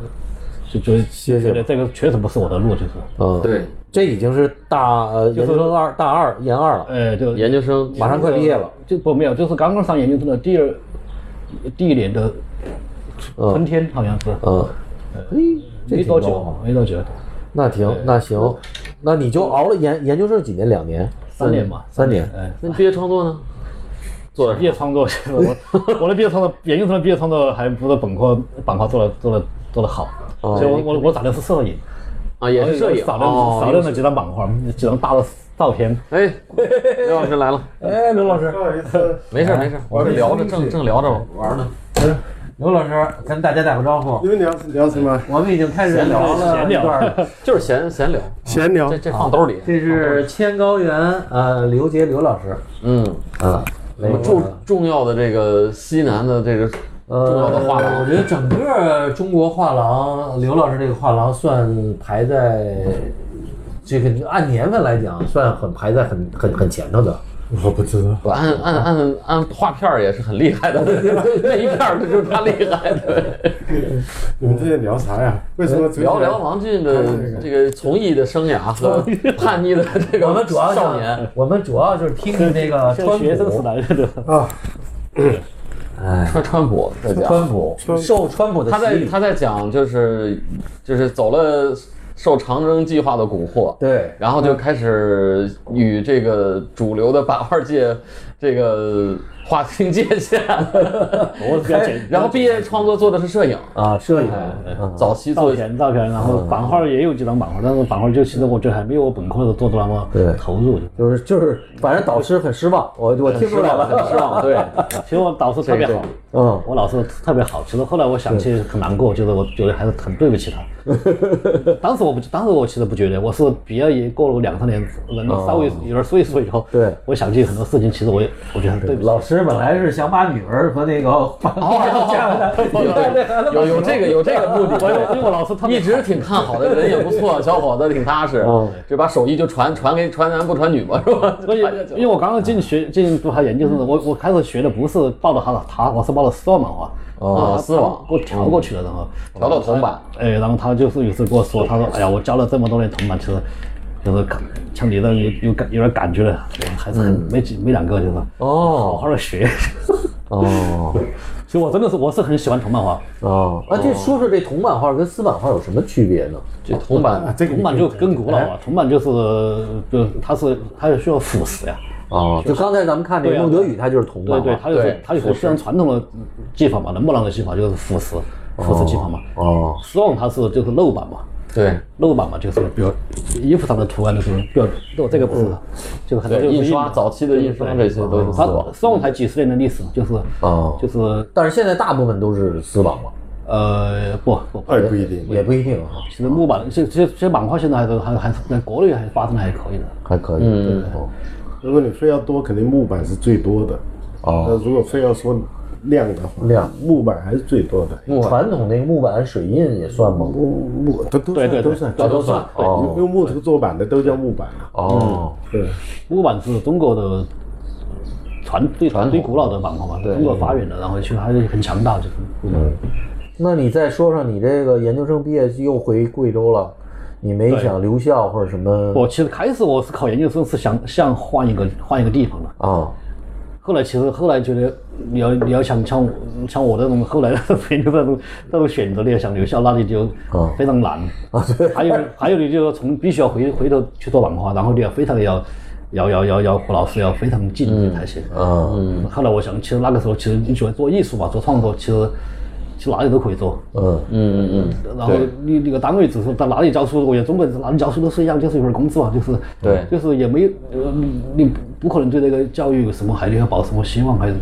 就觉得谢谢觉得这个确实不是我的路，就是，嗯，，对这已经是大呃研究生二大二研二了，哎，就研究生马上快毕业了。就不没有，就是刚刚上研究生的第二第一年的春天，好像是，嗯，嘿，哦这没挺多高久啊。，没多久，那挺那行，那你就熬了研研究生几年？两年？三年嘛，三年？哎，那你毕业创作呢？做毕业创作，我 <laughs> 我的毕业创作，研究生的毕业创作还不如本科版画做的做的做的好，所以我我我找的是摄影，啊，也是摄影少量哦少量的几张版画，几张大的照片，哎，刘老师来了，哎，刘老师，不好意思，没事儿没事儿，我们聊着正正聊着玩呢。刘老师跟大家打个招呼。你们聊聊什么？我们已经开始聊了闲一聊段 <laughs> 了，就是闲闲聊，闲聊这。啊这放兜里。这是千高原呃刘杰刘老师嗯，啊，那我个们重重要的这个西南的这个重要的呃画我廊，觉得整个中国画廊，刘老师这个画廊算排在这个你按年份来讲，算很排在很很很前头的。我不知道，按按按按画片儿也是很厉害 <laughs> 的，那一片儿就是他厉害的。你们这些聊啥呀？为什么主聊聊王俊的这个从艺的生涯和叛逆的这我个们主要少年，，我们主要就是听听那 <laughs> 个像川学生时普，代的。啊？哎，川川普这家川普受川普的他洗在礼，他在讲就是就是走了受长征计划的蛊惑，对然后就开始与这个主流的版画界这个划清界限。我比较简，然后毕业创作做的是摄影，啊，摄影啊早期照做片照片，然后版画也有几张版画，但是版画就其实我觉得还没有我本科的做的那对么投入。就是就是，反正导师很失望，我我听出来很失了，望，对，其实我导师特别好， <laughs> 嗯，我老师特别好。其实后来我想起很难过，就是我觉得还是很对不起 <laughs> 他。当时我不，当时我其实不觉得，我是毕业也过了两三年，人哦稍微有点岁数以后，对我想起很多事情，其实我也我觉得很对不起。老师本来是想把女儿和 <laughs> 那个画嫁过来，有有这个有这个目的。我因为我老师特别一直挺看好的人也不错，小伙子挺踏实嗯，这把手艺就传传给传男不传女嘛，是吧？所以，因为我刚刚进学进读他研究生的时候，我我开始学的不是报的他的他，我是报的丝网漫画。哦啊丝网给我调过去了，然后调到铜版，哎，然后他就是有次跟我说，他说，哎呀，我教了这么多年铜版，其实就是感像你那有有感有点感觉了，还是很没几没两个就是好哦好的学。哦 <laughs> 其实我真的是我是很喜欢铜版画，哦，啊，这说说这铜版画跟丝版画有什么区别呢？这铜版啊，这个铜版就更古老了，铜版就是就它是它是需要腐蚀呀，哦就刚才咱们看这对个啊孟德宇，他就是铜版对画，对，它就是对它有个非常传统的技法嘛，那木兰的技法就是腐蚀腐蚀技法嘛，哦丝网它是就是漏版嘛，对漏版嘛，就是比如衣服上的图案就是比如这个不是，就是很多嗯对，就是印刷的早期的印刷这些都是丝它网丝网才几十年的历史，就是哦就是但是现在大部分都是丝版嘛，呃不不，哎不一定，也不一定啊。其实木板这这这版画现在还都还还在国内还发展的还可以的。还可以，嗯，哦如果你非要多，肯定木板是最多的。哦那如果非要说量的话，量木板还是最多的。传统那个木板水印也算吗？木木都都对对算对都算对都啊算对用用木头做板的都叫木板啊。哦对，木板是中国的传最传最古老的版画嘛，中国发源的，然后去还是很强大，就是木板。那你再说说你这个研究生毕业又回贵州了，你没想留校或者什么我其实开始我是考研究生是想想换一个换一个地方的，啊？后来其实后来觉得你要你要想像我像我那种后来的研究那种那种选择，你要想留校，那你就非常难。还有还有你就从必须要回回头去做版画，然后你要非常要要要要要和老师要非常近你才行。嗯，后来我想，其实那个时候其实你喜欢做艺术嘛，做创作，其实其实哪里都可以做。嗯嗯嗯然后你那个单位只是在哪里教书，我觉得中国哪里教书都是一样，就是一份工资嘛，就是对就是也没有呃你你不不可能对这个教育有什么还要抱什么希望，还是 <laughs>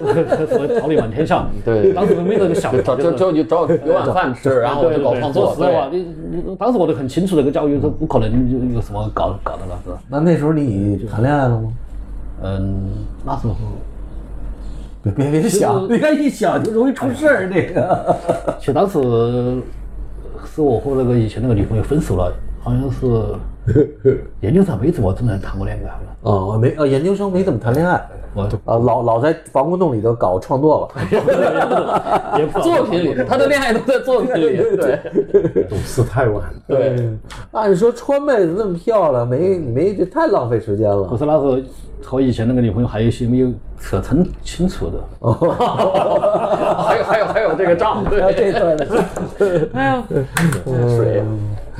什么桃李满天下，对 <laughs> 当时没有这个想嗯，法，找就是就就就找有碗饭吃，然后我就搞创作，对吧？对，你你当时我都很清楚这个教育是不可能有有什么搞搞的了，是吧？那那时候你谈恋爱了吗？嗯，那时候别别别想，你看一想就容易出事儿。这个其实当时是我和那个以前那个女朋友分手了，好像是 <laughs> 研究生没怎么真的谈过恋爱好像。哦，没呃，研究生没怎么谈恋爱，我啊，老老在防空洞里头搞创作了。 <laughs> <laughs> 也不作品里，他的恋爱都在作品里，对懂事太晚了。对，按说川妹子那么漂亮，没你没这太浪费时间不了。是那时候和以前那个女朋友还有一些没有扯清清楚的，哦还有还有还有这个账，啊，对，这段 <laughs> 儿水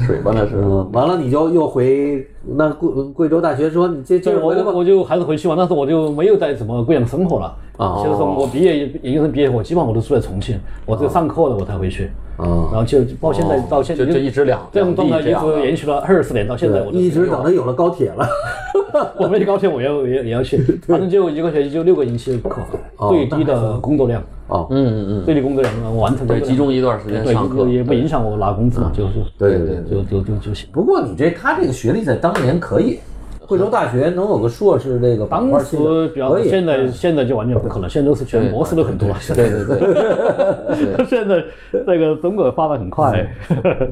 水吧那是，嗯，完了你就又回那贵贵州大学说你这这我回来吧我。我就还是回去嘛，但是我就没有在什么贵阳生活了。哦就是说我毕业研究生毕业，我基本上我都住在重庆，我只有上课了我才回去。哦然后就到现在到现在哦就就一直两这种状态两一地这样啊直延续了二十年，到现在我都一直等着有了高铁了， <laughs> 我没有高铁，我也要也也要 <laughs> 去，反正就一个学期就六个星期的课，哦最低的工作量，哦，嗯嗯最低工作量我完成嗯，对，集中一段时间对上课，嗯也不影响我拿工资嘛，就是对对对就就就就行。不过你这他这个学历在当年可以，贵州大学能有个硕士这个板当块系的时比较可，以嗯现在现在就完全不可能，现在都是全模式都很多了。现在对对对，嗯现在这个中国发展很快，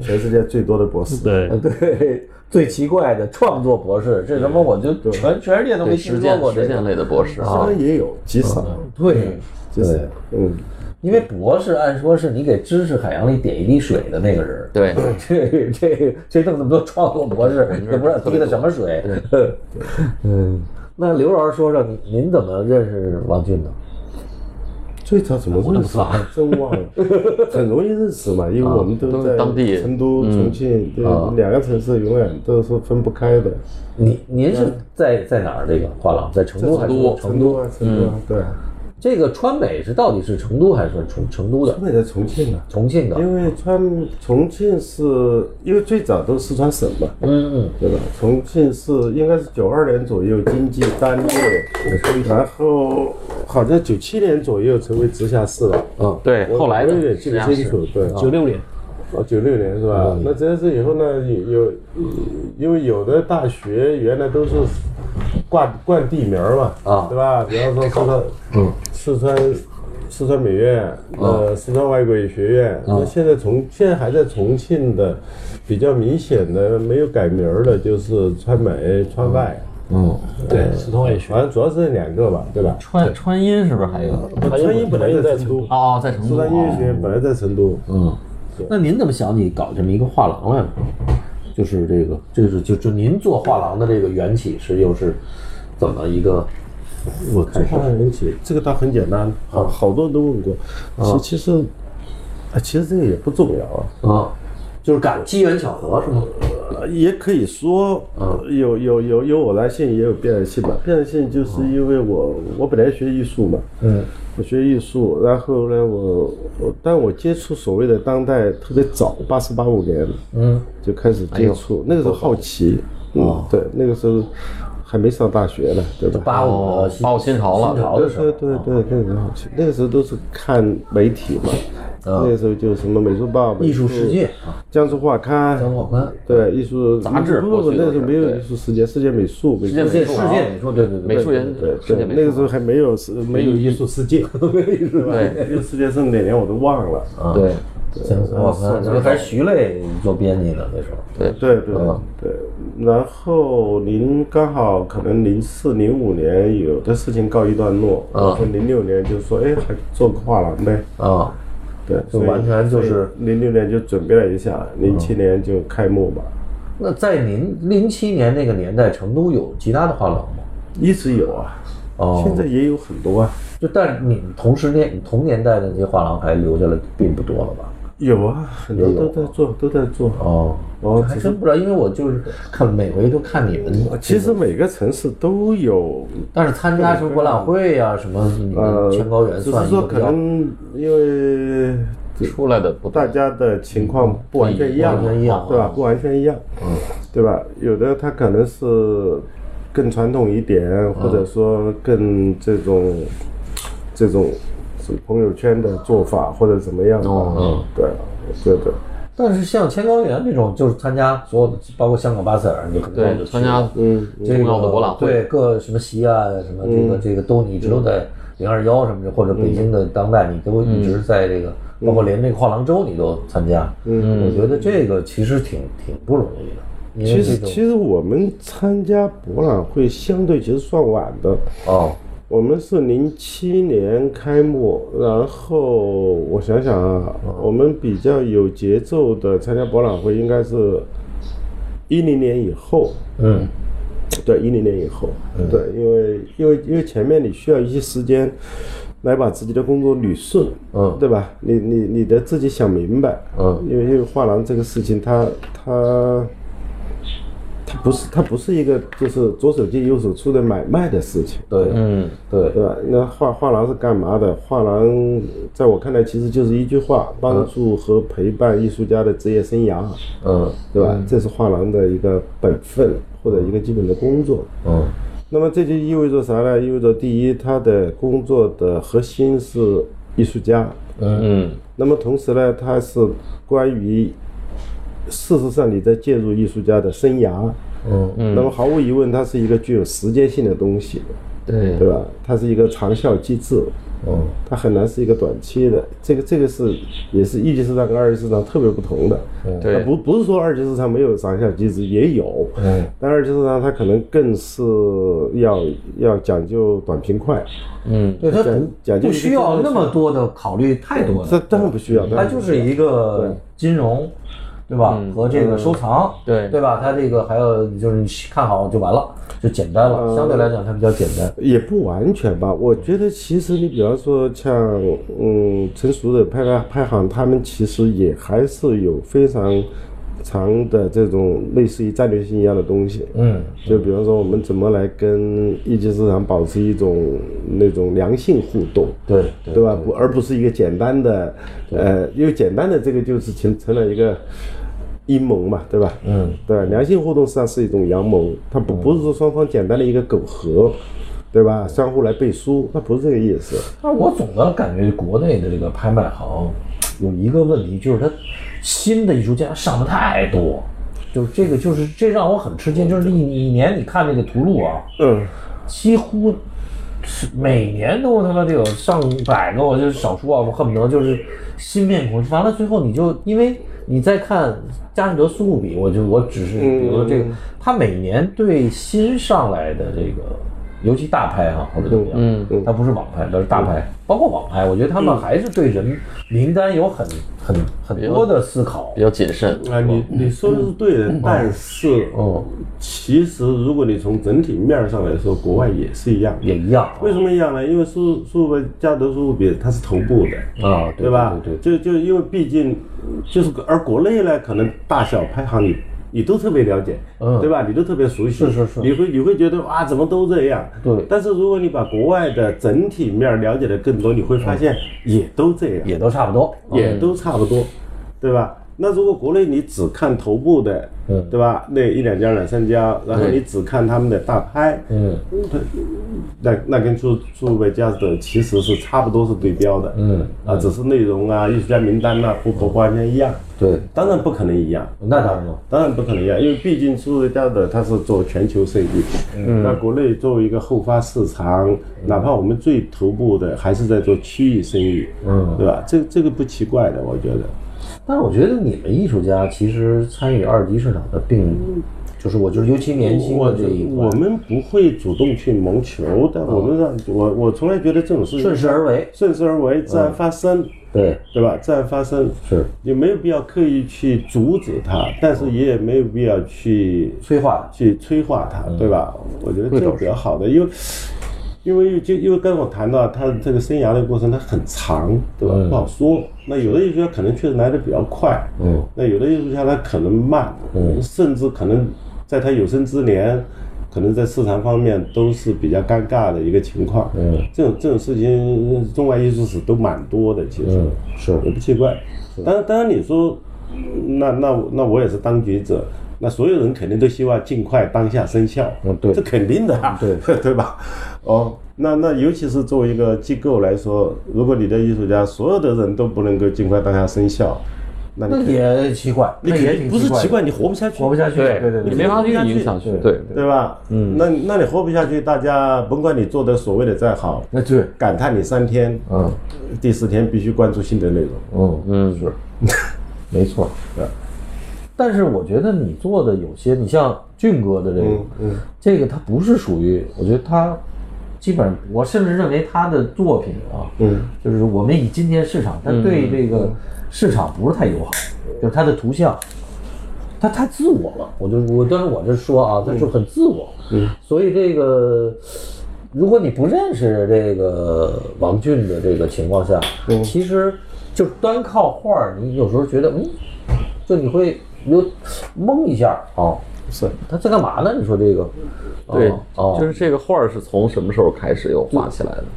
全世界最多的博士， <laughs> 对，呃对，最奇怪的创作博士，这他妈我就全全世界都没对听实说践过实这践个。类的博士虽啊，然也有极少，对，极少。嗯，因为博士按说是你给知识海洋里点一滴水的那个人。对，这这这弄那么多创作博士，也不知道滴的什么水。 <laughs> 嗯，那刘老师说说您您怎么认识王俊的？最早怎么都认不知识道啊？真忘了，很容易认识嘛，因为我们都都是在当地成都、重庆，对，两个城市永远都是分不开的。您您是在在哪儿？这个画廊在成都还是成成都成都都？啊，成都啊，对啊，这个川美是到底是成都还是成成都的因？为在重庆啊。重庆的？因为川重庆是因为最早都是四川省嘛，嗯嗯对吧？重庆市应该是九二年左右经济单位，然后好像九七年左右成为直辖市了。嗯，对，我后来的我有点记实不际清上楚，对，九六年，哦，九六年是吧？那这是以后呢，有有，因为有的大学原来都是挂冠地名儿嘛，啊对吧？比方说四川，嗯，四川四川美院，呃，四川外国语学院。那现在重现在还在重庆的，比较明显的没有改名儿的，就是川美、川外，对，四川也学反，正主要是这两个吧，对吧？呃川川音是不是还有一个？川音本来就在成都，哦，在成四都川音乐学院本来在成都，嗯。那您怎么想起搞这么一个画廊来了？就是这个，这是就就您做画廊的这个缘起是又是怎么一个？我做画廊缘起，啊这个倒很简单，好好多人都问过。其其实，啊其实这个也不重要啊。啊，就是感机缘巧合是吗？呃也可以说，有有有有偶然性，也有必然性吧。必然性就是因为我我本来学艺术嘛，嗯，我学艺术，然后呢，我我但我接触所谓的当代特别早，八四八五年，嗯，哎就开始接触，那个时候好奇，嗯，对，那个时候还没上大学呢，对吧？八五的新八五哦呃新潮了新潮对的时候对，对对，那个时候好奇，那个时候都是看媒体嘛，那个时候就什么美术报、艺术世界、江苏画刊、张广宽，对艺术杂志不过不，去都那时候是没有对艺术世界，世界美术，世世界世界美术，啊对对对美术人对世界对，美那个术时候还没有是没有艺术世界，对艺术世界是哪年我都忘了。对张广宽，那还是徐磊做编辑呢那时候，对对对对，然后您刚好可能零四零五年有的事情告一段落，然后零六年就说哎还做个画廊呗，啊，对，就完全就是零六年就准备了一下，零七年就开幕吧，那在您零七年那个年代，成都有其他的画廊吗？一直有啊，哦现在也有很多啊，就但是你们同时年同年代的那些画廊还留下来并不多了吧？有啊，很多都在做，都在做。哦，我还真不知道，因为我就是看每回都看你们，其实每哦个城市都有但是参加什么博览会呀、什么你们全高原只算是一个说比可较能因为出来的不大家的情况不完全一样，嗯不完全一样对吧？不完全一样，嗯，对吧？有的他可能是更传统一点，或者说更这种这种什么朋友圈的做法，或者怎么样的，哦嗯，对，我觉得。但是像千高原这种，就是参加所有的，包括香港巴塞尔，你很多对就去参加了嗯这重个要的博览会，对各什么西岸什么这个这个都你一直都在零二幺什么的，或者北京的当代，你都一直在这个，包括连这个画廊周你都参加。嗯，我觉得这个其实挺挺不容易的。因为其实这种其实我们参加博览会相对其实算晚的，哦，我们是零七年开幕，然后我想想啊，我们比较有节奏的参加博览会应该是呃一零年以后，嗯，对，一零年以后，对，因为因为因为前面你需要一些时间来把自己的工作捋顺，嗯对吧？你你你得自己想明白，啊嗯，因为因为画廊这个事情它，它它不是它不是一个就是左手进右手出的买卖的事情，对，嗯，对，对吧？那画画廊是干嘛的？画廊在我看来，其实就是一句话：帮助和陪伴艺术家的职业生涯，啊嗯对吧？这是画廊的一个本分或者一个基本的工作。嗯那么这就意味着啥呢？意味着第一，他的工作的核心是艺术家，嗯那么同时呢，它是关于事实上你在介入艺术家的生涯。嗯那么毫无疑问，它是一个具有时间性的东西。对对吧？它是一个长效机制，嗯，它很难是一个短期的。这个这个是也是一级市场跟二级市场特别不同的，对嗯它不不是说二级市场没有长效机制，也有，嗯，但二级市场它可能更是要要讲究短平快，嗯对，他讲不讲究不需要那么多的考虑太多这了，当然不需要，当它然不就需是一个金融，对吧？嗯和这个收藏，对对吧？它这个还有就是你看好就完了，就简单嗯了，相对来讲它比较简单。也不完全吧，我觉得其实你比方说像嗯成熟的拍拍拍行，他们其实也还是有非常长的这种类似于战略性一样的东西。嗯，就比方说我们怎么来跟一级市场保持一种那种良性互动，对对吧？不，而不是一个简单的，呃，因为简单的这个就是成成了一个阴谋嘛，对吧？嗯，对，良性互动实际上是一种阳谋，它不不是说双方简单的一个苟合，对吧？相互来背书，它不是这个意思。但是我总的感觉国内的这个拍卖行有一个问题，就是它新的艺术家上的太多，就是这个就是这让我很吃惊，就是一一年你看这个图录啊，嗯，几乎是每年都他妈得有上百个，我就是少数啊，我恨不得就是新面孔。完了最后你就因为你再看佳士得苏富比，我就我只是比如说这个，他每年对新上来的这个，尤其大牌哈、或者怎么样，嗯，他不是网拍，他是大牌，包括网拍，我觉得他们还是对人名单有很很很多的思考比。较谨慎。啊，你你说的是对的，但是嗯，其实如果你从整体面儿上来说，国外也是一样的。也一样。啊为什么一样呢？因为苏苏维加德苏富比它是头部的，啊，对对吧？对对就就因为毕竟就是而国内呢，可能大小排行你你都特别了解，嗯对吧？你都特别熟悉，是是是你会你会觉得哇，怎么都这样？对但是如果你把国外的整体面儿了解的更多，你会发现也都这样。对，嗯也都差不多。也都差不嗯多，对吧？那如果国内你只看头部的，嗯对吧？那一两家、两三家，然后对你只看他们的大拍，嗯那那跟驻驻北加的其实是差不多是对标的，嗯，啊，只是内容啊、艺术家名单啊、户口关系一样，对，当然不可能一样，那当然了。当然不可能一样，因为毕竟苏维加的它是做全球设计，嗯那国内作为一个后发市场，哪怕我们最头部的还是在做区域生意，嗯对吧？这这个不奇怪的，我觉得。但是我觉得你们艺术家其实参与二级市场的并，就是我就是尤其年轻我的这一我块，哦们不会主动去谋求的，我们让我我从来觉得这种事情顺势而为。顺势而为，自然发生，对，对吧？自然发生是哦也没有必要刻意去阻止它，但是也没有必要去催化去催化它，对吧？我觉得这个比较好的，因为。因为就因为刚才我谈到他这个生涯的过程，它很长，对吧？不好说。那有的艺术家可能确实来的比较快，嗯，那有的艺术家他可能慢，嗯，甚至可能在他有生之年，可能在市场方面都是比较尴尬的一个情况，嗯，这种这种事情，中外艺术史都蛮多的，其实，嗯是也不奇怪。当然，当然你说，那那我那我也是当局者，那所有人肯定都希望尽快当下生效，嗯对这肯定的、啊，对 <laughs> 对吧？哦，那那尤其是作为一个机构来说，如果你的艺术家所有的人都不能够尽快当下生效，那那你也奇怪，你那也肯挺定不是奇怪怪，你活不下去，的，活不下去。对对你对没对，法去影响去。对，对吧？嗯，那那你活不下去，大家甭管你做的所谓的再好，那对，感叹你三天，嗯第四天必须关注新的内容。嗯嗯，是， <laughs> 没错。对但是我觉得你做的有些，你像俊哥的这个，嗯嗯，这个他不是属于，我觉得他基本上，我甚至认为他的作品啊，嗯，就是我们以今天市场，他对这个市场不是太友好，就是他的图像，他太自我了。我就我当然我这说啊，他就很自我，嗯，所以这个。如果你不认识这个王俊的这个情况下，其实就单靠画儿，你有时候觉得，嗯，就你会你就懵一下啊，是他在干嘛呢？你说这个，对哦，哦，就是这个画儿是从什么时候开始有画起来的？嗯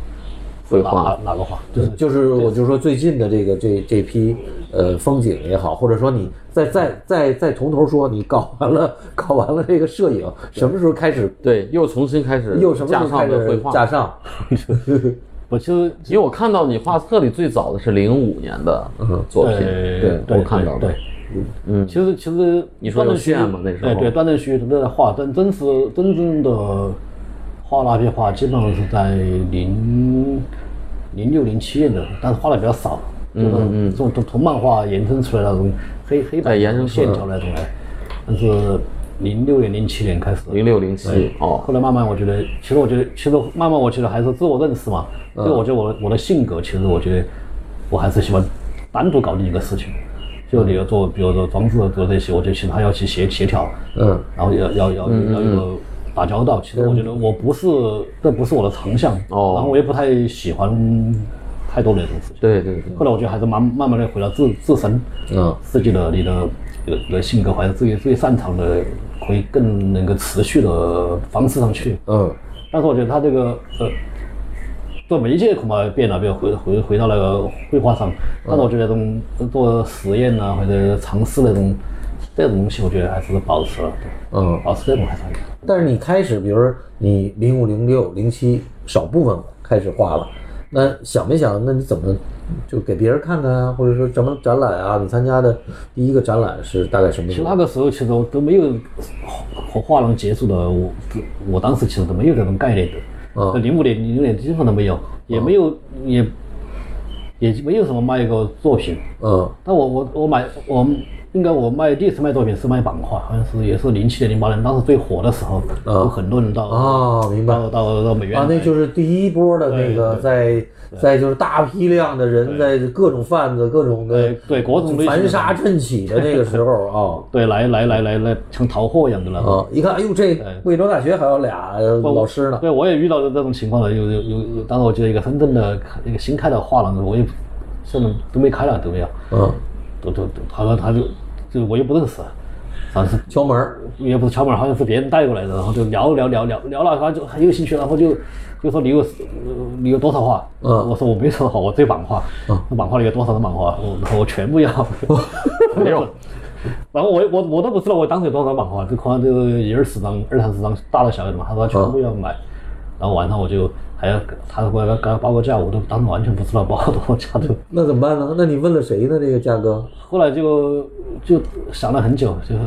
绘画哪哪个画？对，就是我就说最近的这个这这批呃风景也好，或者说你再再再再从头说，你搞完了搞完了这个摄影，什么时候开始？对，又重新开始又什么时架候开上的绘始画。架上？我其实因为我看到你画册里最早的是零五年的作品，呃我看到对的，，嗯，其实其实你说有段正旭线吗那时候哎对，段正旭都在画，但真实真正的画那批画，基本上是在零零六零七年的，但是画的比较少，嗯就是这种从从漫画延伸出来那种黑黑白哎延伸出来线条那种来，但是零六年零七年开始，零六零七哦，后来慢慢，我觉得，其实我觉得，其实慢慢，我觉得还是自我认识嘛。因为我觉得我的我的性格，其实我觉得我还是喜欢单独搞定一个事情。就你要做，比如说装饰做这些，我觉得其实还要去协协调，嗯，然后要要要要有打交道。其实我觉得我不是，这不是我的长项。哦然后我也不太喜欢太多的这种事情。对对对，后来我觉得还是慢慢慢的回到自自身，嗯，自己的你的你的你的性格还是自己最擅长的，可以更能够持续的方式上去。嗯但是我觉得他这个呃，做媒介恐怕变了，变回回回到那个绘画上。但是我觉得这种做实验呐、或者尝试那种这种东西，我觉得还是保持了，嗯对，。保持这种还是很但是你开始，比如说你零五、零六、零七少部分开始画了，那想没想？那你怎么就给别人看看啊？或者说什么展览啊？你参加的第一个展览是大概什么其时实那候？个时候，其实我都没有和画廊接触的，我我当时其实都没有这种概念嗯的，零五年、零六年基本都没有，也没哦有也也没有什么卖过作品。嗯但我我我买我因应该我卖第一次卖作品是卖版画，好像是也是零七年零八年，当时最火的时候，有很多人到哦明白到到到美院啊，那来就是第一波的那个在在就是大批量的人在各种贩子、各种的对对各种类型的繁杀阵起的那个时候对来来来来来像淘货一样的来。啊啊！一看，哎呦，这贵州大学还有俩呃老师呢，对，我也遇到这这种情况了，有有有有，当时我记得一个深圳的一个新开的画廊，我也现在都没开了，都没有，嗯，都都都，他说他就就我又不认识，反正是敲门儿也不是敲门，好像是别人带过来的，然后就聊聊聊聊聊了，他就很有兴趣，然后就就说你有呃你有多少画？嗯我说我没什么画，我只有版画。嗯，版画里有多少的版画？我然后我全部要。 <laughs> 没有。然后我我我都不知道我当时有多少版画，就可能就是一二十张、二三十张，大的小的嘛。他说他全部要买，然后晚上我就还要他给我给我报个价，我都当时完全不知道报多少价的。那怎么办呢？那你问了谁呢？这个价格后来就就想了很久，就是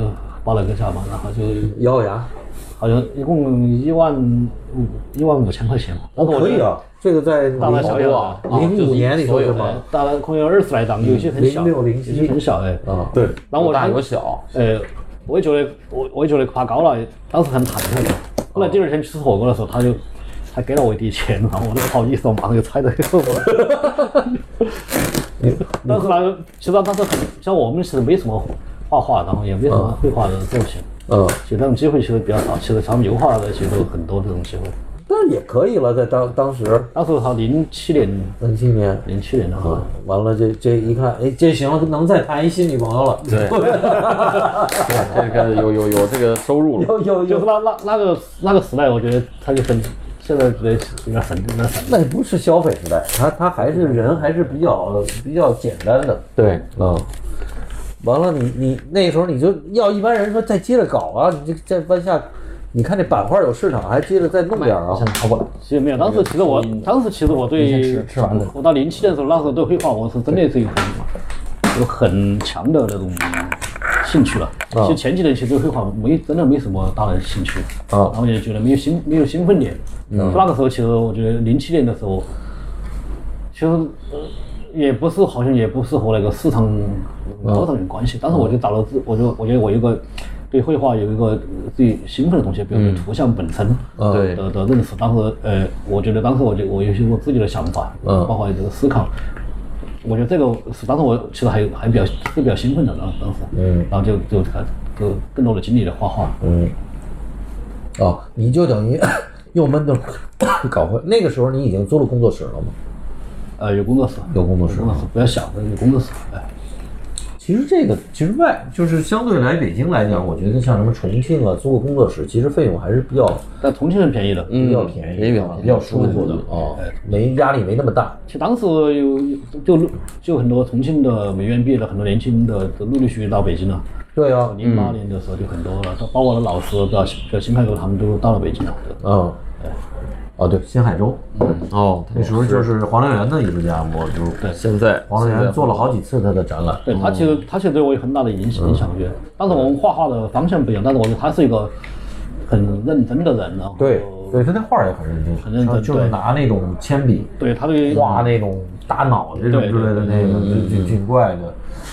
报了个价嘛，然后就咬咬牙，好像一共一万五一万五千块钱嘛。哦，可以啊，这个在大大小小的啊零啊零五年你说是吗？大概共有二十来张，有些很小， 06 07有些很小哎。啊，对，然后有我大当有小，呃，我也觉得我我也觉得夸高了，当时很忐忑的。后来第二天去吃火锅的时候，他就他给了我一滴钱，然后我都不好意思，我马上就揣着给 <laughs> 我。 <laughs> 但是呢，其实当时很像我们其实没什么画画，然后也没什么绘画的这种情，嗯，其实这种机会其实比较少，其实他们油画的其实有很多这种机会。但是也可以了，在当当时那时候他零七年，零七年，零七年的话，完了这这一看，哎，这行能再谈一新女朋友了，对，这个有有有这个收入了，有有就是有，那那那个那个时代，我觉得他就很，现在觉得有点神，有点神。那不是消费时代，他他还是人还是比较比较简单的，对，嗯。完了你，你那时候你就要一般人说再接着搞啊，你这再往下，你看这版画有市场，还接着再弄点儿啊现。在淘宝其实没有，当时其实我，当时其实我对嗯吃吃完的我到零七年的时候，那时候对绘画我是真的是有很有很强的那种兴趣了。啊其实前几年其实对绘画没真的没什么大的兴趣，啊然后也觉得没有兴没有兴奋点。嗯，那个时候其实我觉得零七年的时候，其实呃也不是好像也不是和那个市场有多少有关系，嗯但是我就找到自，我就我觉得我有一个。对绘画有一个自己兴奋的东西，比嗯如对图像本身，对的的认识。当时呃，我觉得当时我就我有些我自己的想法，嗯包括这个思考。我觉得这个是当时我其实还还比较是比较兴奋的，当当时，嗯，然后就就就更多的精力的画画，哦，你就等于 <coughs> 又闷着搞回。那个时候你已经租了工作室了吗？呃，有工作室，有工作室有工作室不要小的有工作室，哎，其实这个其实外就是相对来北京来讲，我觉得像什么重庆啊，租个工作室，其实费用还是比较但重庆很便宜的，比较便宜，也比较啊便宜比较舒服的哦，没压力没那么大。其实当时有就就很多重庆的美院毕业的很多年轻的都陆陆续续到北京了，对啊，零八年的时候就很多了，包括我的老师，比较比较新派的他们都到了北京了，嗯，哦对，新海州哦，那时候就是黄良源的艺术家，我就现在黄良源做了好几次他的展览。对他其实他其实对我有很大的影响嗯影响，我觉得。但是我们画画的方向不一样，但是我觉得他是一个很认真的人，然啊后对，对，他那画儿哦也很认真，很认真就是对拿那种铅笔对他对画那种大脑袋什么之类的那个挺挺怪的，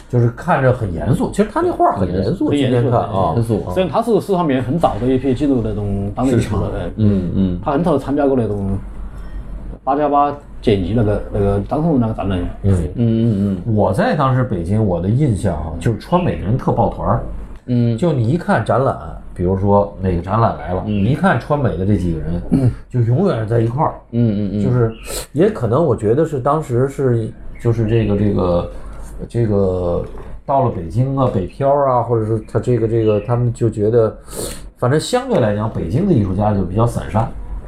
就是看着很严肃。其实他那画儿很严肃，很今严肃天看啊，严肃啊虽然他是市场里面很早的一批进入那种当代艺术的人，嗯嗯，他很早参加过那种八加八剪辑那个那个当时那个展览，嗯，嗯嗯我在当时北京，我的印象啊，就是川美的人特抱团儿，嗯就你一看展览，比如说哪个展览来了，你一看川美的这几个人，就永远是在一块儿，嗯嗯嗯，就是也可能我觉得是当时是就是这个这个这个到了北京啊，北漂啊，或者是他这个这个他们就觉得，反正相对来讲，北京的艺术家就比较散沙，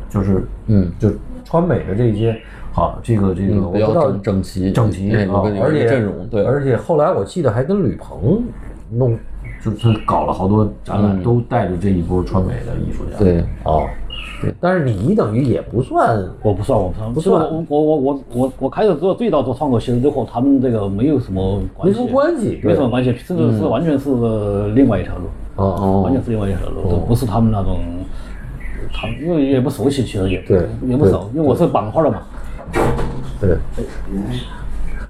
就是嗯，就川美的这些。好，这个这个，嗯我不比知较道整整齐整齐哎啊有个，有而个且阵容对哦而且后来我记得还跟吕鹏弄，就是他搞了好多展览，都带着这一波川美的艺术家。嗯对，哦，对，但是你等于也不算我不算，我不算，不算其实我我我我我我开始做最早做创作，其实就和他们这个没有什么关没系，什么关系，没什么关系，甚至是完全是另外一条路。哦，完全是另外一条路，不是他们那种，他们因为也不熟悉，其实也对也不熟，因为我是版画的嘛。对。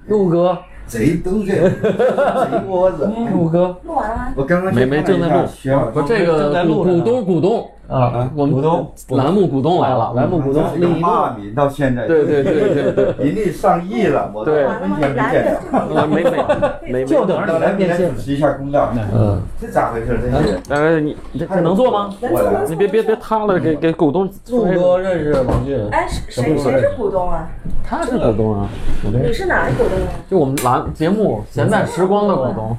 陆哥，贼都在， <laughs> 贼窝子。顾哥，录完了吗？我刚刚没没正在录学好，不，这个股股东股东啊，我们股东栏目股东来了，嗯栏目股东李另一个骂你到现在，对对对对对，人家上亿了，我对完了吗？完全没来见了到。我没啊没没没，就等着到来来给变咱现主。持一下公道，嗯，这咋回事？这是呃，你这这能做哎吗？能做吗你别别别塌了，给给股东。陆哥认识王俊，哎，谁谁是股东啊？他是股东啊，你是哪儿的股东啊？就我们栏节目《闲在时光》的股东。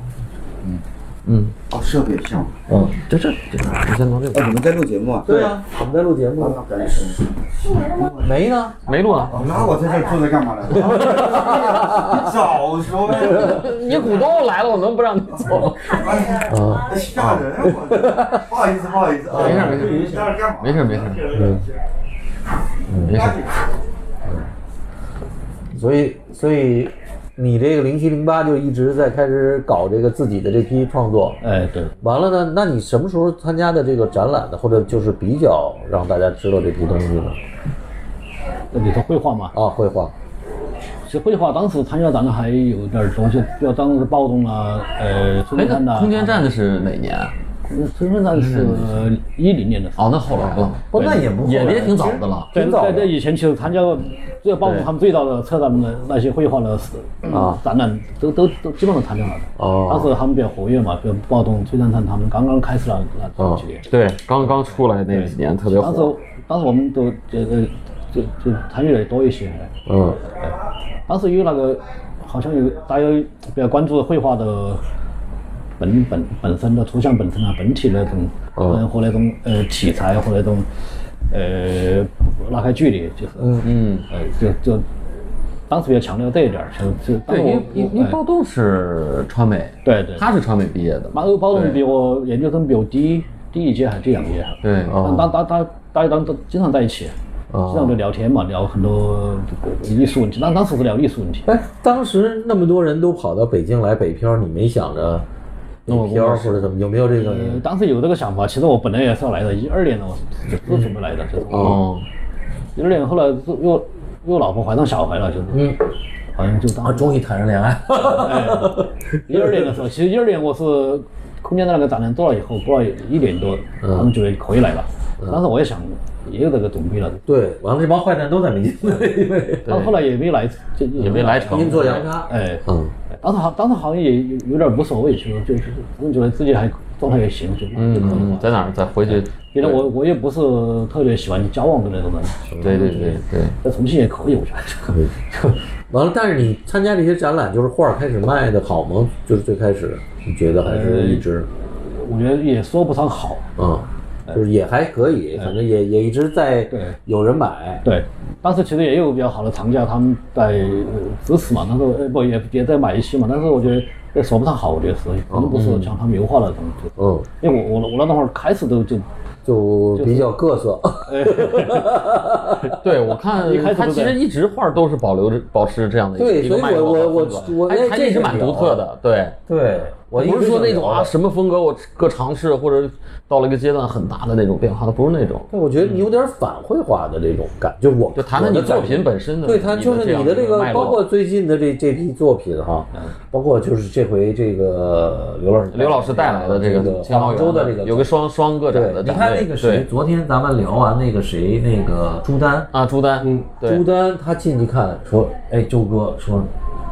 嗯哦，设备项目。嗯，嗯，这这这，你先从这哎，边你们在录节目啊？对啊，我们在录节目，那赶紧说。是你的吗？没呢，没录啊？那哦我在这儿坐着干嘛来了？早说呀！你股东来了，我能不让你走？哎，啊，吓人啊！我 <laughs> 不好意思，不好意思啊。没事没事你在这儿干嘛？嗯没事没事没事。所以所以你这个零七零八就一直在开始搞这个自己的这批创作，哎，对，完了呢，那你什么时候参加的这个展览呢？或者就是比较让大家知道这批东西呃呢？那你说绘画嘛，啊，绘画，其实绘画当时参加咱们还有点东西，要当时暴动啊，呃，孙哎，中山呐、那空间站的嗯是哪年？啊嗯，孙中山是一零年的时候。哦，那后来了，不，那也不也别也挺早的了。在挺早的在这以前，其实参加过这个暴动，他们最早的策展的那些绘画的啊啊展览，都都都基本上参加了的。哦当时他们比较活跃嘛，比如暴动、崔善善他们刚刚开始了哦那几年。嗯对，刚刚出来那几年特别当时火。当时我们都就就就就参与的也多一些。哎嗯当时有那个，好像有大家比较关注绘画的本本本身的图像本身啊，本体那种，哦嗯，和那种呃题材和那种呃拉开距离，就是，嗯嗯，呃，就就当时比较强调这一点儿，就就当对，时因我为因为因为我包栋是川美，对对，他是川美毕业的嘛。马欧包对比我研究生比我低低一届还是低两届？对，哦当当当嗯大家当都经常在一起，经常就聊天嘛，聊很多艺术问题，当当时是聊艺术问题。哎，当时那么多人都跑到北京来北漂，你没想着北漂或者怎么？有没有这个？呃，当时有这个想法，其实我本来也是要来的，一二年的我是是准备来的，就是哦，一二年后来又又又老婆怀上小孩了，就是嗯，好像就当啊，终于谈上恋爱，哎，一二年的时候，其实一二年我是空间的那个展览做了以后，过了一年多，他们觉得可以来了，当时我也想也有这个准备了， <laughs> 对，完了这帮坏蛋都在北京，但后来也没来，就也没来成。阴 <laughs> 错阳差，哎，嗯当时好，当时好像也有有点无所谓，其实就是我觉得自己还状态也行，就嗯嗯，在哪儿？再回去。因为我我也不是特别喜欢交往的那种人，对对对对，在重庆也可以，我觉得。完了，但是你参加这些展览，就是画儿开始卖的好吗？就是最开始你觉得还是一直我觉得也说不上好，啊、就是也还可以，反正也也一直在对有人买，对。当时其实也有比较好的藏家，他们在呃支持嘛，但是呃不也也在买一些嘛，但是我觉得也说不上好，我觉得是，可能不是像他们油画那种，就是嗯，因为我我我那会儿开始都就就比较各色，对我看一开始他就其在实一直画都是保留着保持这样的一个对一个所脉以我络我和风格我我还哎还这一直个蛮有独特的，对。对 <laughs> 我不是说那种啊对什么风格我各尝试，或者到了一个阶段很大的那种变化，它不是那种，我觉得你有点反绘画的这种感，就我就谈我谈你的作感觉品本身的，对他就是样你的这个脉，络嗯包括最近的这这批作品哈，包括就是这回这个刘老师刘老师带来的这个千杭老州的这个有个双双个展对，的你展看位那个谁，对昨天咱们聊完那个谁，那个朱丹，啊朱丹，嗯，朱对，丹他进去看说，哎，周哥说，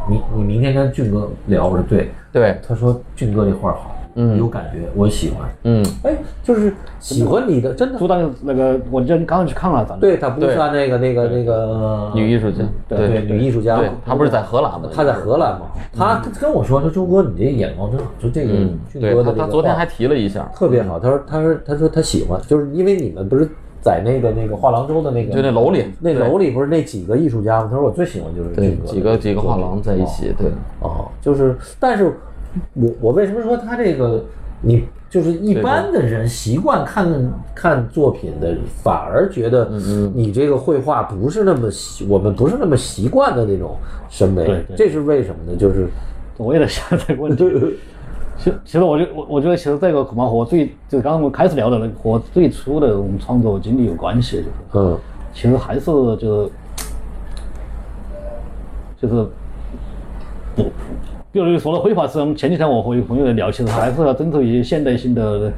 你你明天跟俊哥聊，我说对，对，他说俊哥这画好，嗯，有感觉，我喜欢，嗯，哎，就是喜欢你的，真的朱，丹那个，我记得你刚刚去看了，咱们对他不算那个那个那个女艺术家，嗯对对，女艺术家对嘛，，她不是在荷兰吗？他在荷兰嘛，他跟我说，他说周哥你这眼光真好，就这个嗯，俊对哥的他这个他昨天画还提了一下，特别好，他说他说他说他喜欢，就是因为你们不是在那个那个画廊洲的那个就那楼里嗯那楼里不是那几个艺术家吗？他说我最喜欢就是对这几个几个画廊在一起，对，哦，就是，但是我我为什么说他这个你就是一般的人习惯看看作品的，反而觉得嗯你这个绘画不是那么习我们不是那么习惯的那种审美对，对这是为什么呢？就是我也在想这个问题。其其实我就我我觉得其实这个恐怕和我最就刚刚我们开始聊的那个和我最初的这种创作经历有关系，就是嗯其实还是就是就是不比如说到绘画史，我们前几天我和一个朋友聊，其实还是要遵守一些现代性的，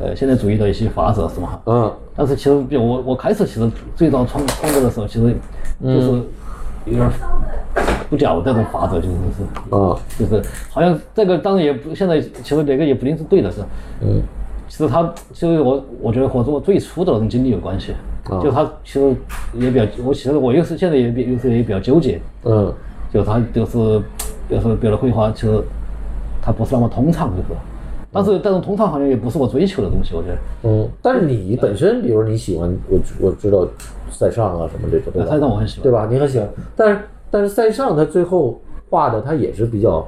呃，现代主义的一些法则，是吗？嗯但是其实比如我我开始其实最早创创作的时候，其实就是有点儿不讲这种法则，就是是。啊嗯就是好像这个当然也不现在其实这个也不一定是对的，是，嗯，其实他其实我我觉得和我最初的那种经历有关系，啊就他其实也比较，我其实我又是现在也比又是也比较纠结，嗯就是他就是就是比如绘画，其实它不是那么通畅，就是，但是但是通畅好像也不是我追求的东西，我觉得。嗯，但是你本身，比如你喜欢，我我知道塞尚啊什么这种，对吧塞尚我很喜欢对吧？你很喜欢，但是但是塞尚他最后画的他也是比较，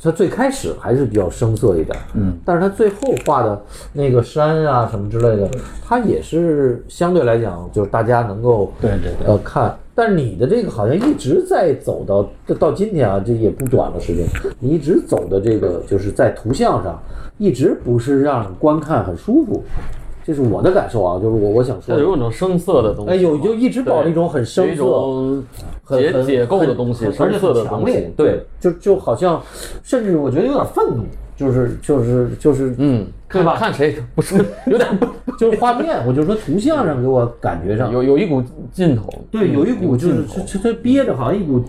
他最开始还是比较生涩一点，嗯，但是他最后画的那个山啊什么之类的，他也是相对来讲就是大家能够对对对呃看，但是你的这个好像一直在走到这到今天啊，这也不短了时间，你一直走的这个就是在图像上，一直不是让观看很舒服，这是我的感受啊，就是我我想说它的，有一种生涩的东西，哎有就一直保持一种很有生一涩。种很解很解构的东西，很生涩的东而且很强烈西，对，嗯就就好像，甚至我觉得有点愤怒，就是就是就是，嗯，对看吧看谁不是有点不就是画面，我就说图像上给我感觉上有有一股劲头，对，有一股就是它它憋着，好像一股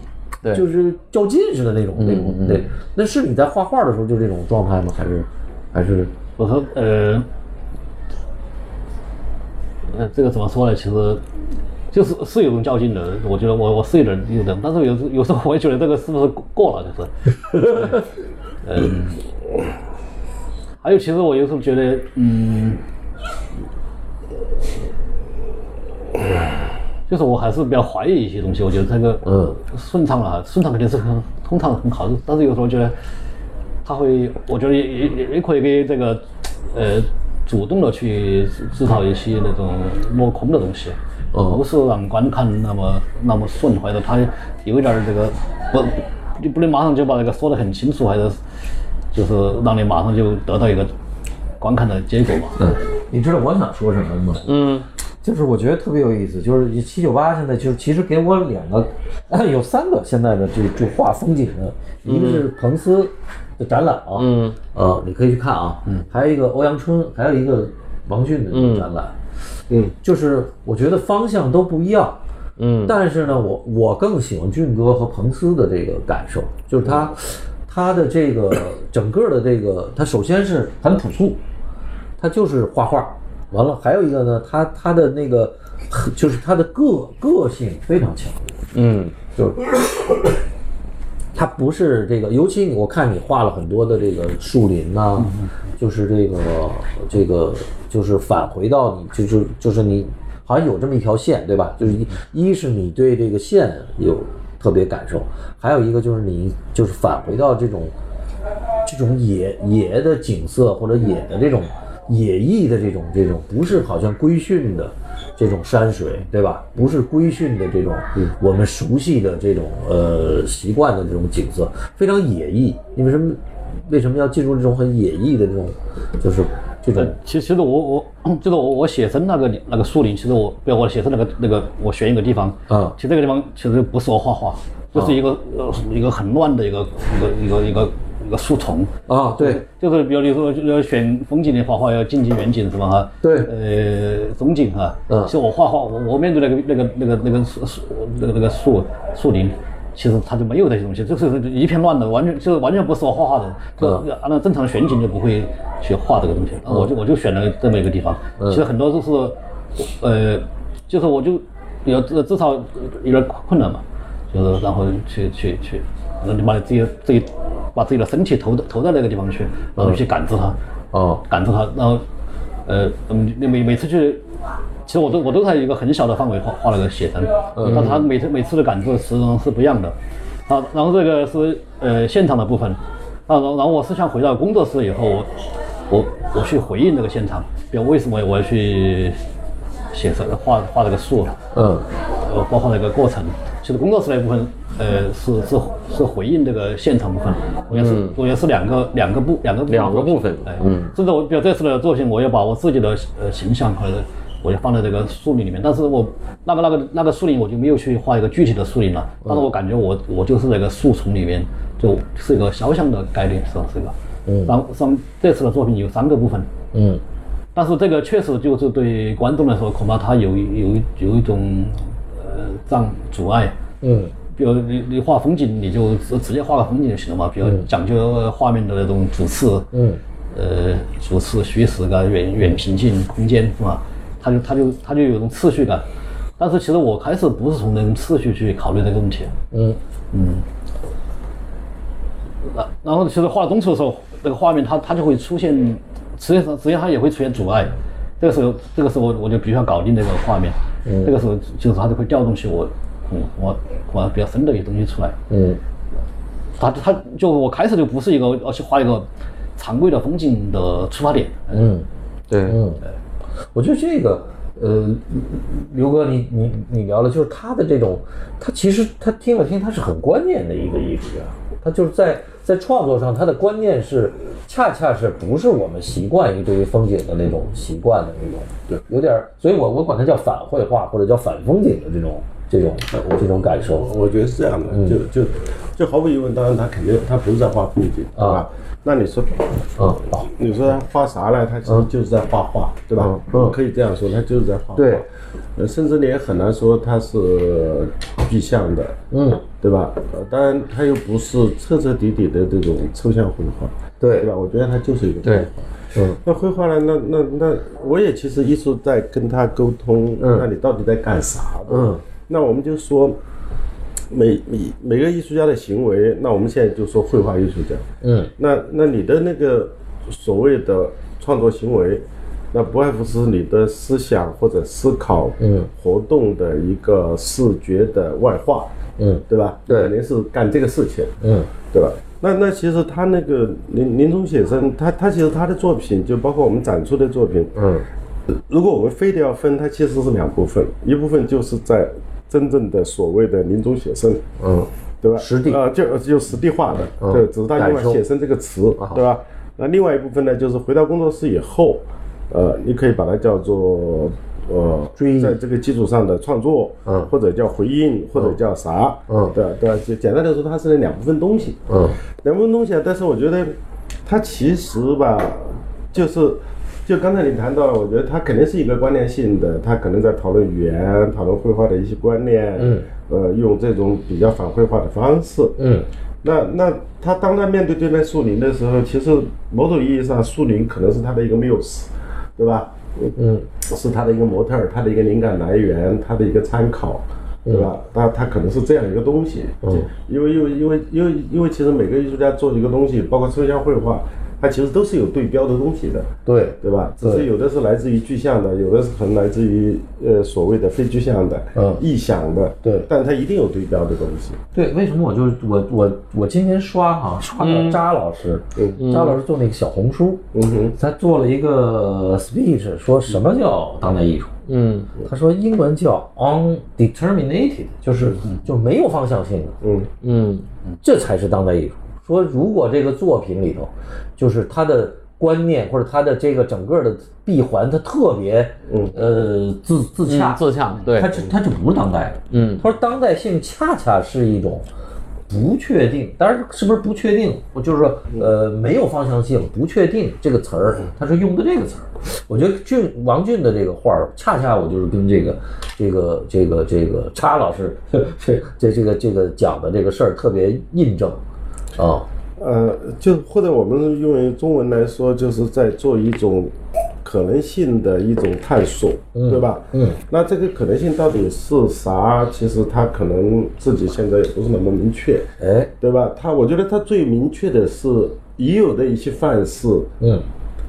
对嗯就是较劲似的那种那种那那是你在画画的时候就这种状态吗？还是还是我说，呃，呃，这个怎么说呢？其实就是是有种较劲的，我觉得我我是有点有点，但是有时有时候我也觉得这个是不是过了，就是，嗯，还有其实我有时候觉得，嗯。就是我还是比较怀疑一些东西，我觉得这个嗯顺畅了，顺畅肯定是很通畅很好，但是有时候觉得他会，我觉得也也也也可以给这个，呃，主动的去制造一些那种落空的东西，不是让观看那么那么顺，或者他有一点儿这个不，你不能马上就把这个说得很清楚，还是就是让你马上就得到一个观看的结果嘛。你知道我想说什么吗？嗯，就是我觉得特别有意思，就是七九八现在就是其实给我两个，哎有三个现在的这这画风景的，一个是彭斯的展览啊，嗯，呃，你可以去看啊，嗯，还有一个欧阳春，还有一个王迅的展览，嗯，就是我觉得方向都不一样，嗯，但是呢，我我更喜欢俊哥和彭斯的这个感受，就是他他的这个整个的这个，他首先是很朴素，他就是画画。完了，还有一个呢，他他的那个 <laughs> 就是他的个个性非常强，嗯就是它不是这个，尤其你我看你画了很多的这个树林呐、就是这个这个就是返回到你就是就是你好像有这么一条线对吧？就是一一是你对这个线有特别感受，还有一个就是你就是返回到这种这种野野的景色或者野的这种野意的这种这种，不是好像规训的这种山水，对吧？不是规训的这种我们熟悉的这种呃习惯的这种景色，非常野意。你为什么为什么要进入这种很野意的这种，就是这种其实其实我我就是我我写生那个里那个树林，其实我比如我写生那个那个我选一个地方，嗯其实这个地方其实不是我画画，就是一个、呃一个很乱的一个一个一个一个一个树丛，啊？对，就是比如你说要选风景的画画要近景远景什么哈，对呃中景哈，嗯其实我画画我我面对那个那个那个那个树树那个那个树树林。其实它就没有这些东西，就是一片乱的，完全就是完全不是我画画的。就按照正常的选景就不会去画这个东西，我就我就选了这么一个地方。其实很多都是，呃，就是我就有至至少有点困难嘛，就是然后去去去，然后你把自己自己把自己的身体投到投到那个地方去，然后去感知它，哦，感知它，然后呃，嗯，你每每次去，其实我都我都在一个很小的范围画画了个写生，但它每次每次的感受实际上是不一样的。啊，然后这个是呃现场的部分，啊，然后然后我是想回到工作室以后，我我我去回应那个现场，比如为什么我要去写生画画这个树，嗯呃，包括那个过程。其实工作室那部分，呃，是是是回应这个现场部分，我也是、我也是两个两嗯个部两个部分两个部分哎，嗯，甚至我比如这次的作品，我也把我自己的呃形象和我就放在这个树林里面。但是我那个那个那个树林我就没有去画一个具体的树林了，但是我感觉我我就是那个树丛里面，就是一个肖像的概念，是吧？是一个。嗯。然后像这次的作品有三个部分，嗯，但是这个确实就是对观众来说，恐怕他有有有一种呃障阻碍。嗯，比如你你画风景，你就直直接画个风景就行了嘛，比较讲究画面的那种主次，嗯，呃，主次、虚实感、远远平近、空间是吧？它就它就它就有一种次序感。但是其实我开始不是从那种次序去考虑这个问题，嗯然然后其实画到中处的时候，那个画面它它就会出现，实际上实际上它也会出现阻碍。这个时候，这个时候我就必须要搞定这个画面。嗯这个时候就是它就会调动起我，嗯，我我比较深的一些东西出来。嗯它它就我开始就不是一个要去画一个常规的风景的出发点。嗯，对，我觉得这个，呃，刘哥你，你你聊了，就是他的这种，他其实他听了听，他是很关键的一个艺术家，他就是在在创作上，他的观念是恰恰是不是我们习惯于对于风景的那种习惯的那种，对，有点儿，所以我我管它叫反绘画或者叫反风景的这种这种这种感受，我觉得是这样的，嗯就就就毫无疑问，当然他肯定他不是在画风景，啊对吧？那你说嗯，你说他画啥呢？他其实就是在画画，对吧？嗯，可以这样说，他就是在画画。对，呃，甚至你也很难说他是具象的，嗯，对吧？呃当然，他又不是彻彻底底的这种抽象绘画，对对吧？我觉得他就是一个绘对画。嗯，那绘画呢？那那那，我也其实一直在跟他沟通，那你到底在干啥？嗯，那我们就说。每每每个艺术家的行为，那我们现在就说绘画艺术家，嗯，那那你的那个所谓的创作行为，那不外乎是你的思想或者思考，嗯，活动的一个视觉的外化，嗯，对吧？对肯定是干这个事情，嗯，对吧？那那其实他那个林林中写生，他他其实他的作品，就包括我们展出的作品，嗯，如果我们非得要分，它其实是两部分，一部分就是在真正的所谓的临终写生，嗯，对吧？实地呃，就就实地化的，对，只是它用感了受写生这个词，对吧？那另外一部分呢，就是回到工作室以后，呃，你可以把它叫做呃追忆在这个基础上的创作，嗯，或者叫回应，或者叫啥，嗯，对对，就简单的说，它是两部分东西，嗯，两部分东西啊。但是我觉得，它其实吧，就是。就刚才你谈到了，我觉得它肯定是一个观念性的，它可能在讨论语言、讨论绘画的一些观念，嗯，呃，用这种比较反绘画的方式，嗯那那他当他面对这片树林的时候，其实某种意义上，树林可能是他的一个 muse，对吧？嗯，是他的一个模特儿，他的一个灵感来源，他的一个参考，对吧？那他可能是这样一个东西。嗯，因为因为因为因为因为其实每个艺术家做一个东西，包括抽象绘画，它其实都是有对标的东西的。对，对吧？只是有的是来自于具象的，有的是可能来自于呃所谓的非具象的、嗯臆想的，对但它一定有对标的东西。对，为什么我就我我我今天刷哈、刷到扎老师，扎老师做那个小红书，嗯哼，他做了一个 speech，说什么叫当代艺术？嗯，他说英文叫 undeterminated，就是就没有方向性的，嗯，嗯，这才是当代艺术。说如果这个作品里头，就是他的观念或者他的这个整个的闭环，它特别呃自自洽，嗯自洽，对它，这它这不是当代的。嗯，他说当代性恰恰是一种不确定，当然是不是不确定，我就是说呃没有方向性，不确定这个词儿，他是用的这个词儿。我觉得俊王俊的这个画儿，恰恰我就是跟这个这个这个这个叉老师这这这个这个讲的这个事儿特别印证啊，呃，就或者我们用于中文来说，就是在做一种可能性的一种探索，对吧？嗯，那这个可能性到底是啥？其实他可能自己现在也不是那么明确，哎，对吧？他我觉得他最明确的是已有的一些范式，嗯，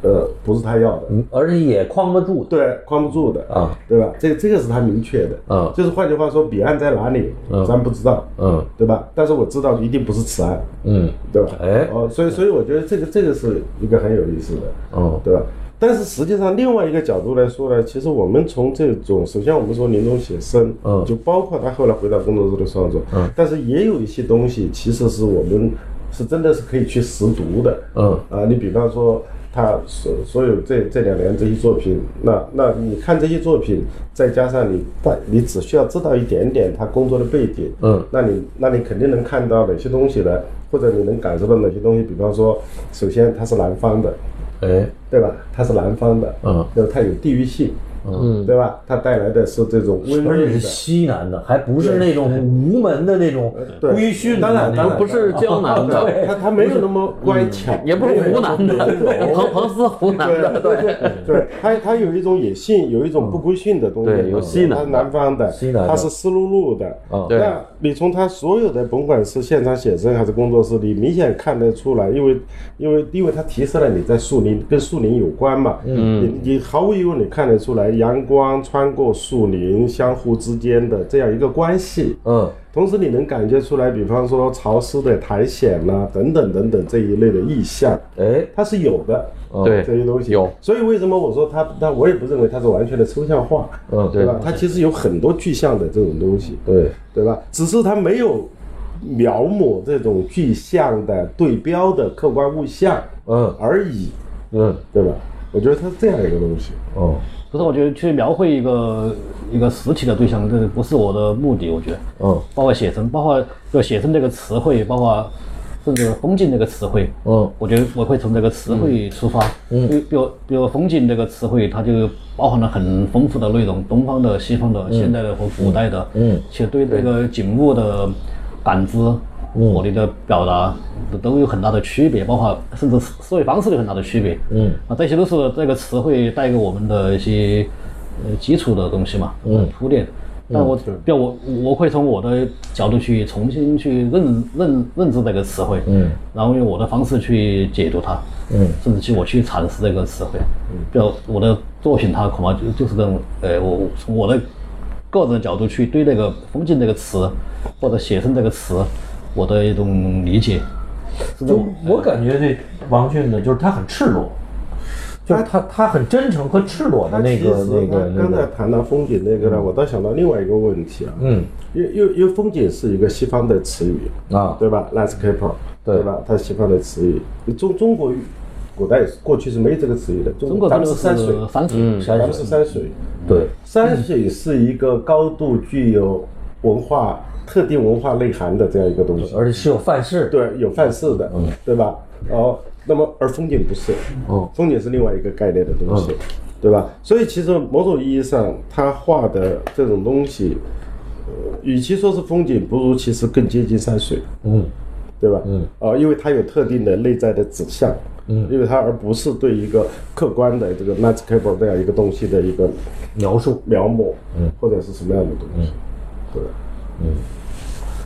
呃，不是他要的，而且也框得住的，对，框不住的啊，对吧？这这个是他明确的，啊就是换句话说，彼岸在哪里，咱不知道，嗯对吧？但是我知道一定不是此岸，嗯对吧？哎哦，所以所以我觉得这个这个是一个很有意思的，哦对吧？但是实际上，另外一个角度来说呢，其实我们从这种，首先我们说林中写生，嗯就包括他后来回到工作室的创作，嗯，但是也有一些东西，其实是我们是真的是可以去识读的，嗯啊，你比方说，他所所有这这两年这些作品，那那你看这些作品，再加上你大你只需要知道一点点他工作的背景，嗯，那你那你肯定能看到哪些东西了，或者你能感受到哪些东西。比方说，首先他是南方的，哎，对吧？他是南方的，嗯，对吧，他有地域性，嗯，对吧？他带来的是这种温而润且是的。西南的，还不是那种无门的那种对规训的当然那种当然不是江南的，对他他没有那么乖巧，也不是湖南的，彭彭斯湖南的，对对对对，他他有一种野性，有一种不规训的东西。对有西南他是南方的，西南的他是湿漉漉的。嗯对那你从他所有的，甭管是现场写生还是工作室，你明显看得出来，因为因为因为他提示了你在树林跟树林有关嘛。嗯，你你毫无疑问你看得出来，阳光穿过树林，相互之间的这样一个关系。嗯，同时，你能感觉出来，比方说潮湿的苔藓啦、等等等等这一类的意象，哎，它是有的。对这些东西有，所以为什么我说它，它我也不认为它是完全的抽象化，嗯对吧？它其实有很多具象的这种东西，对，对吧？只是它没有描摹这种具象的对标的客观物象嗯而已，嗯，对吧？我觉得它是这样一个东西，哦，不是，我觉得去描绘一个一个实体的对象，这不是我的目的。我觉得，嗯包括写生，包括就写生这个词汇，包括甚至风景这个词汇，嗯我觉得我会从这个词汇出发。嗯，比如比如风景这个词汇，它就包含了很丰富的内容，东方的、西方的、现代的和古代的。嗯，其实对这个景物的感知。我力的表达都都有很大的区别，包括甚至思思维方式都有很大的区别。嗯，啊，这些都是这个词汇带给我们的一些呃基础的东西嘛，嗯，铺垫。但我比如我我会从我的角度去重新去认认认知这个词汇，嗯，然后用我的方式去解读它，嗯，甚至去我去阐释这个词汇。比如我的作品，它恐怕就就是这种，呃，我我从我的个人的角度去对那个“风景”这个词，或者“写生”这个词，我的一种理解。是就这种我感觉这王俊呢，就是他很赤裸，就是他他很真诚和赤裸的它那其个实那个那刚才个，谈到风景那个呢，我倒想到另外一个问题啊，嗯因为因为因为风景是一个西方的词语，啊，对吧？landscaper，对对吧？它西方的词语，中中国古代过去是没有这个词语的，中国咱这个们是是山水，山嗯水，咱们是山水，对，山水是一个高度具有文化特定文化内涵的这样一个东西，而且是有范式，对，有范式的，对吧？哦，那么而风景不是，风景是另外一个概念的东西，对吧？所以其实某种意义上，他画的这种东西，呃与其说是风景，不如其实更接近山水，嗯，对吧？嗯，啊、因为它有特定的内在的指向，嗯，因为它而不是对一个客观的这个 landscape 这样一个东西的一个描述，描摹，嗯，或者是什么样的东西，对吧。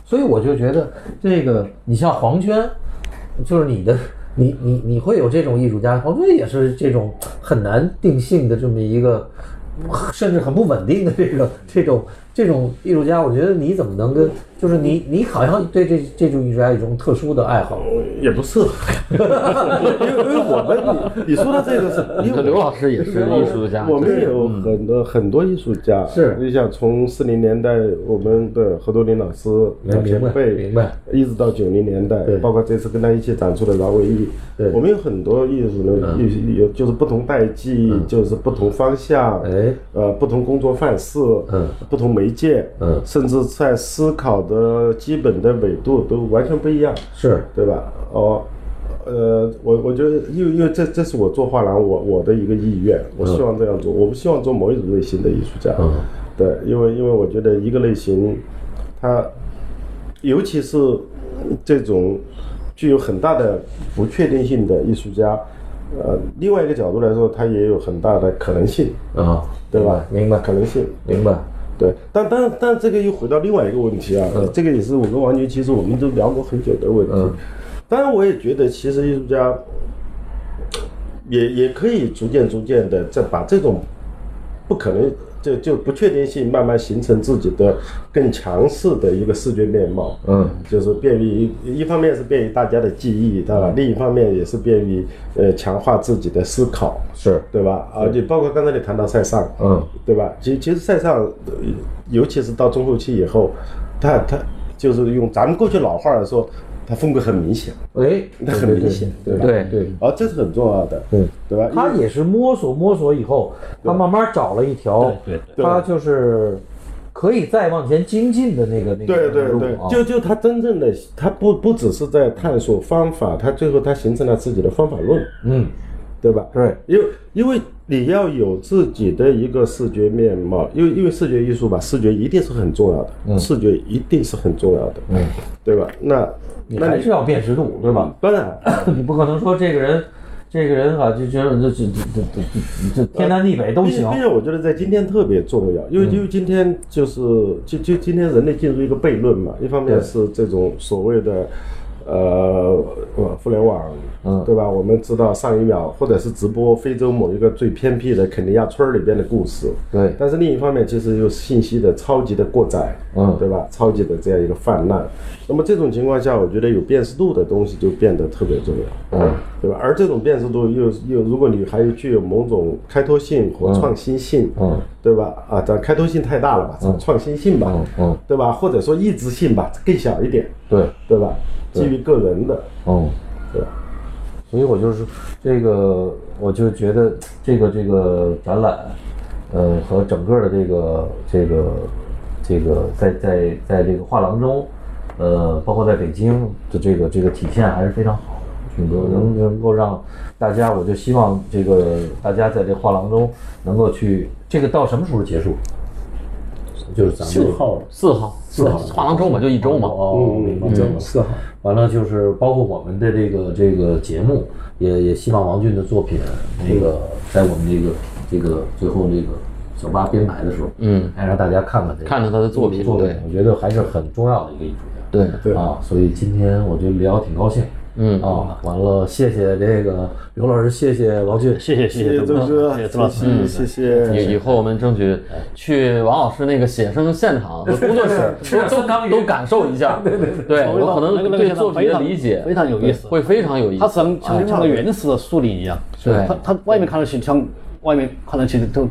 所以我就觉得这个，你像黄轩，就是你的，你你你会有这种艺术家，黄轩也是这种很难定性的这么一个，甚至很不稳定的这个这种这种艺术家，我觉得你怎么能跟，就是你你好像对这这种艺术家有一种特殊的爱好，哦也不是，因为因为我们你你说的这个是，因为刘老师也是艺术家，我们有很多很多艺术家，嗯是你想从四零年代我们的何多林老师哎老明前白辈，明白，一直到九零年代对，包括这次跟他一起展出的饶维义对，嗯我们有很多艺术的艺有就是不同代际，就是不同方向，哎，呃，不同工作范式，嗯，不同媒介，嗯甚至在思考的基本的纬度都完全不一样，是对吧？哦，呃，我我觉得，因为因为这这是我做画廊我我的一个意愿，我希望这样做，我不希望做某一种类型的艺术家，嗯对，因为因为我觉得一个类型，它尤其是这种具有很大的不确定性的艺术家，呃，另外一个角度来说，它也有很大的可能性，啊，对吧？明白可能性，明白，对，但但但这个又回到另外一个问题啊，这个也是我跟王军其实我们都聊过很久的问题。当然，我也觉得其实艺术家也也可以逐渐逐渐的再把这种不可能就就不确定性慢慢形成自己的更强势的一个视觉面貌。嗯，就是便于一一方面是便于大家的记忆，对吧？另一方面也是便于呃强化自己的思考。是，对吧？啊，你包括刚才你谈到塞尚，嗯，对吧？其其实塞尚，呃尤其是到中后期以后，他他就是用咱们过去老话来说，它风格很明显，哎，它很明显，对吧？对对，啊，这是很重要的，对对吧？他也是摸索摸索以后，他慢慢找了一条，对对他就是可以再往前精进的那个那个对对路对啊，。就就他真正的，他不不只是在探索方法，他最后他形成了自己的方法论，嗯，对吧？对，因为因为你要有自己的一个视觉面貌，因为因为视觉艺术吧，视觉一定是很重要的，视觉一定是很重要的，嗯，对吧？那你那还是要辨识度，对吧？当然，你不可能说这个人，这个人啊，就觉得这这这这这天南地北都并且行并。且我觉得在今天特别重要，因为因为今天就是就就今天人类进入一个悖论嘛，一方面是这种所谓的。呃，呃互联网，嗯对吧？我们知道上一秒或者是直播非洲某一个最偏僻的肯尼亚村儿里边的故事，对，但是另一方面，其实又信息的超级的过载，嗯对吧？超级的这样一个泛滥，那么这种情况下，我觉得有辨识度的东西就变得特别重要，嗯，对吧？而这种辨识度又又，如果你还具有某种开拓性和创新性，嗯对吧？啊，咱开拓性太大了吧，咱创新性吧，嗯嗯，对吧？或者说异质性吧，更小一点，对，对吧？基于个人的，嗯，对吧？所以我就是这个，我就觉得这个这个展览，呃，和整个的这个这个这个在在在这个画廊中，呃，包括在北京的这个这个体现还是非常好的。整个能能够让大家，我就希望这个大家在这画廊中能够去，这个到什么时候结束？就是咱们这四个号，四号，四号画廊周嘛，就一周嘛。哦，明嗯白了。四啊号，完了就是包括我们的这个这个节目，也也希望王俊的作品那个嗯在我们这个这个最后这个酒吧编排的时候，嗯，哎，让大家看看这个看看他的作品作对我觉得还是很重要的一个艺术家。对对啊，所以今天我觉得聊挺高兴。嗯啊，完了，谢谢这个刘老师，谢谢王俊，谢谢谢谢周哥，谢谢谢周老师。谢谢谢。以以后我们争取去王老师那个写生现场和工作室都都都感受一下，对对对，我可那个能那个对现场作品非的常理解非常有意思会非常有意它思。像像像个原始的树林一样，对它它外面看上去像外面看上去都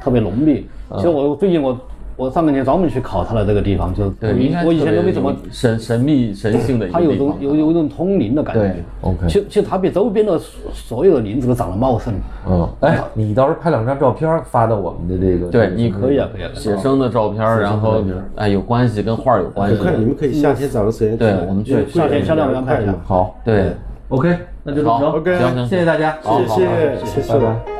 特别浓密。嗯其实我最近我我上个年专门去考察了这个地方，就是对，应该我以前特别都没怎么有神神秘神性的一个它有地种方。啊有有一种通灵的感觉对。，OK 其实其实它比周边的所所有的林子都长得茂盛。嗯，哎，你到时候拍两张照片发到我们的这个，对，你可可以啊，可以啊。写生的照片，然后哎有关系，跟画儿有关系我。看你们可以夏天找个时间去对来我们去夏天夏天我们安排一下好，对， OK，那就这么好着，OK 行行谢谢大家，好好谢谢谢谢。拜拜。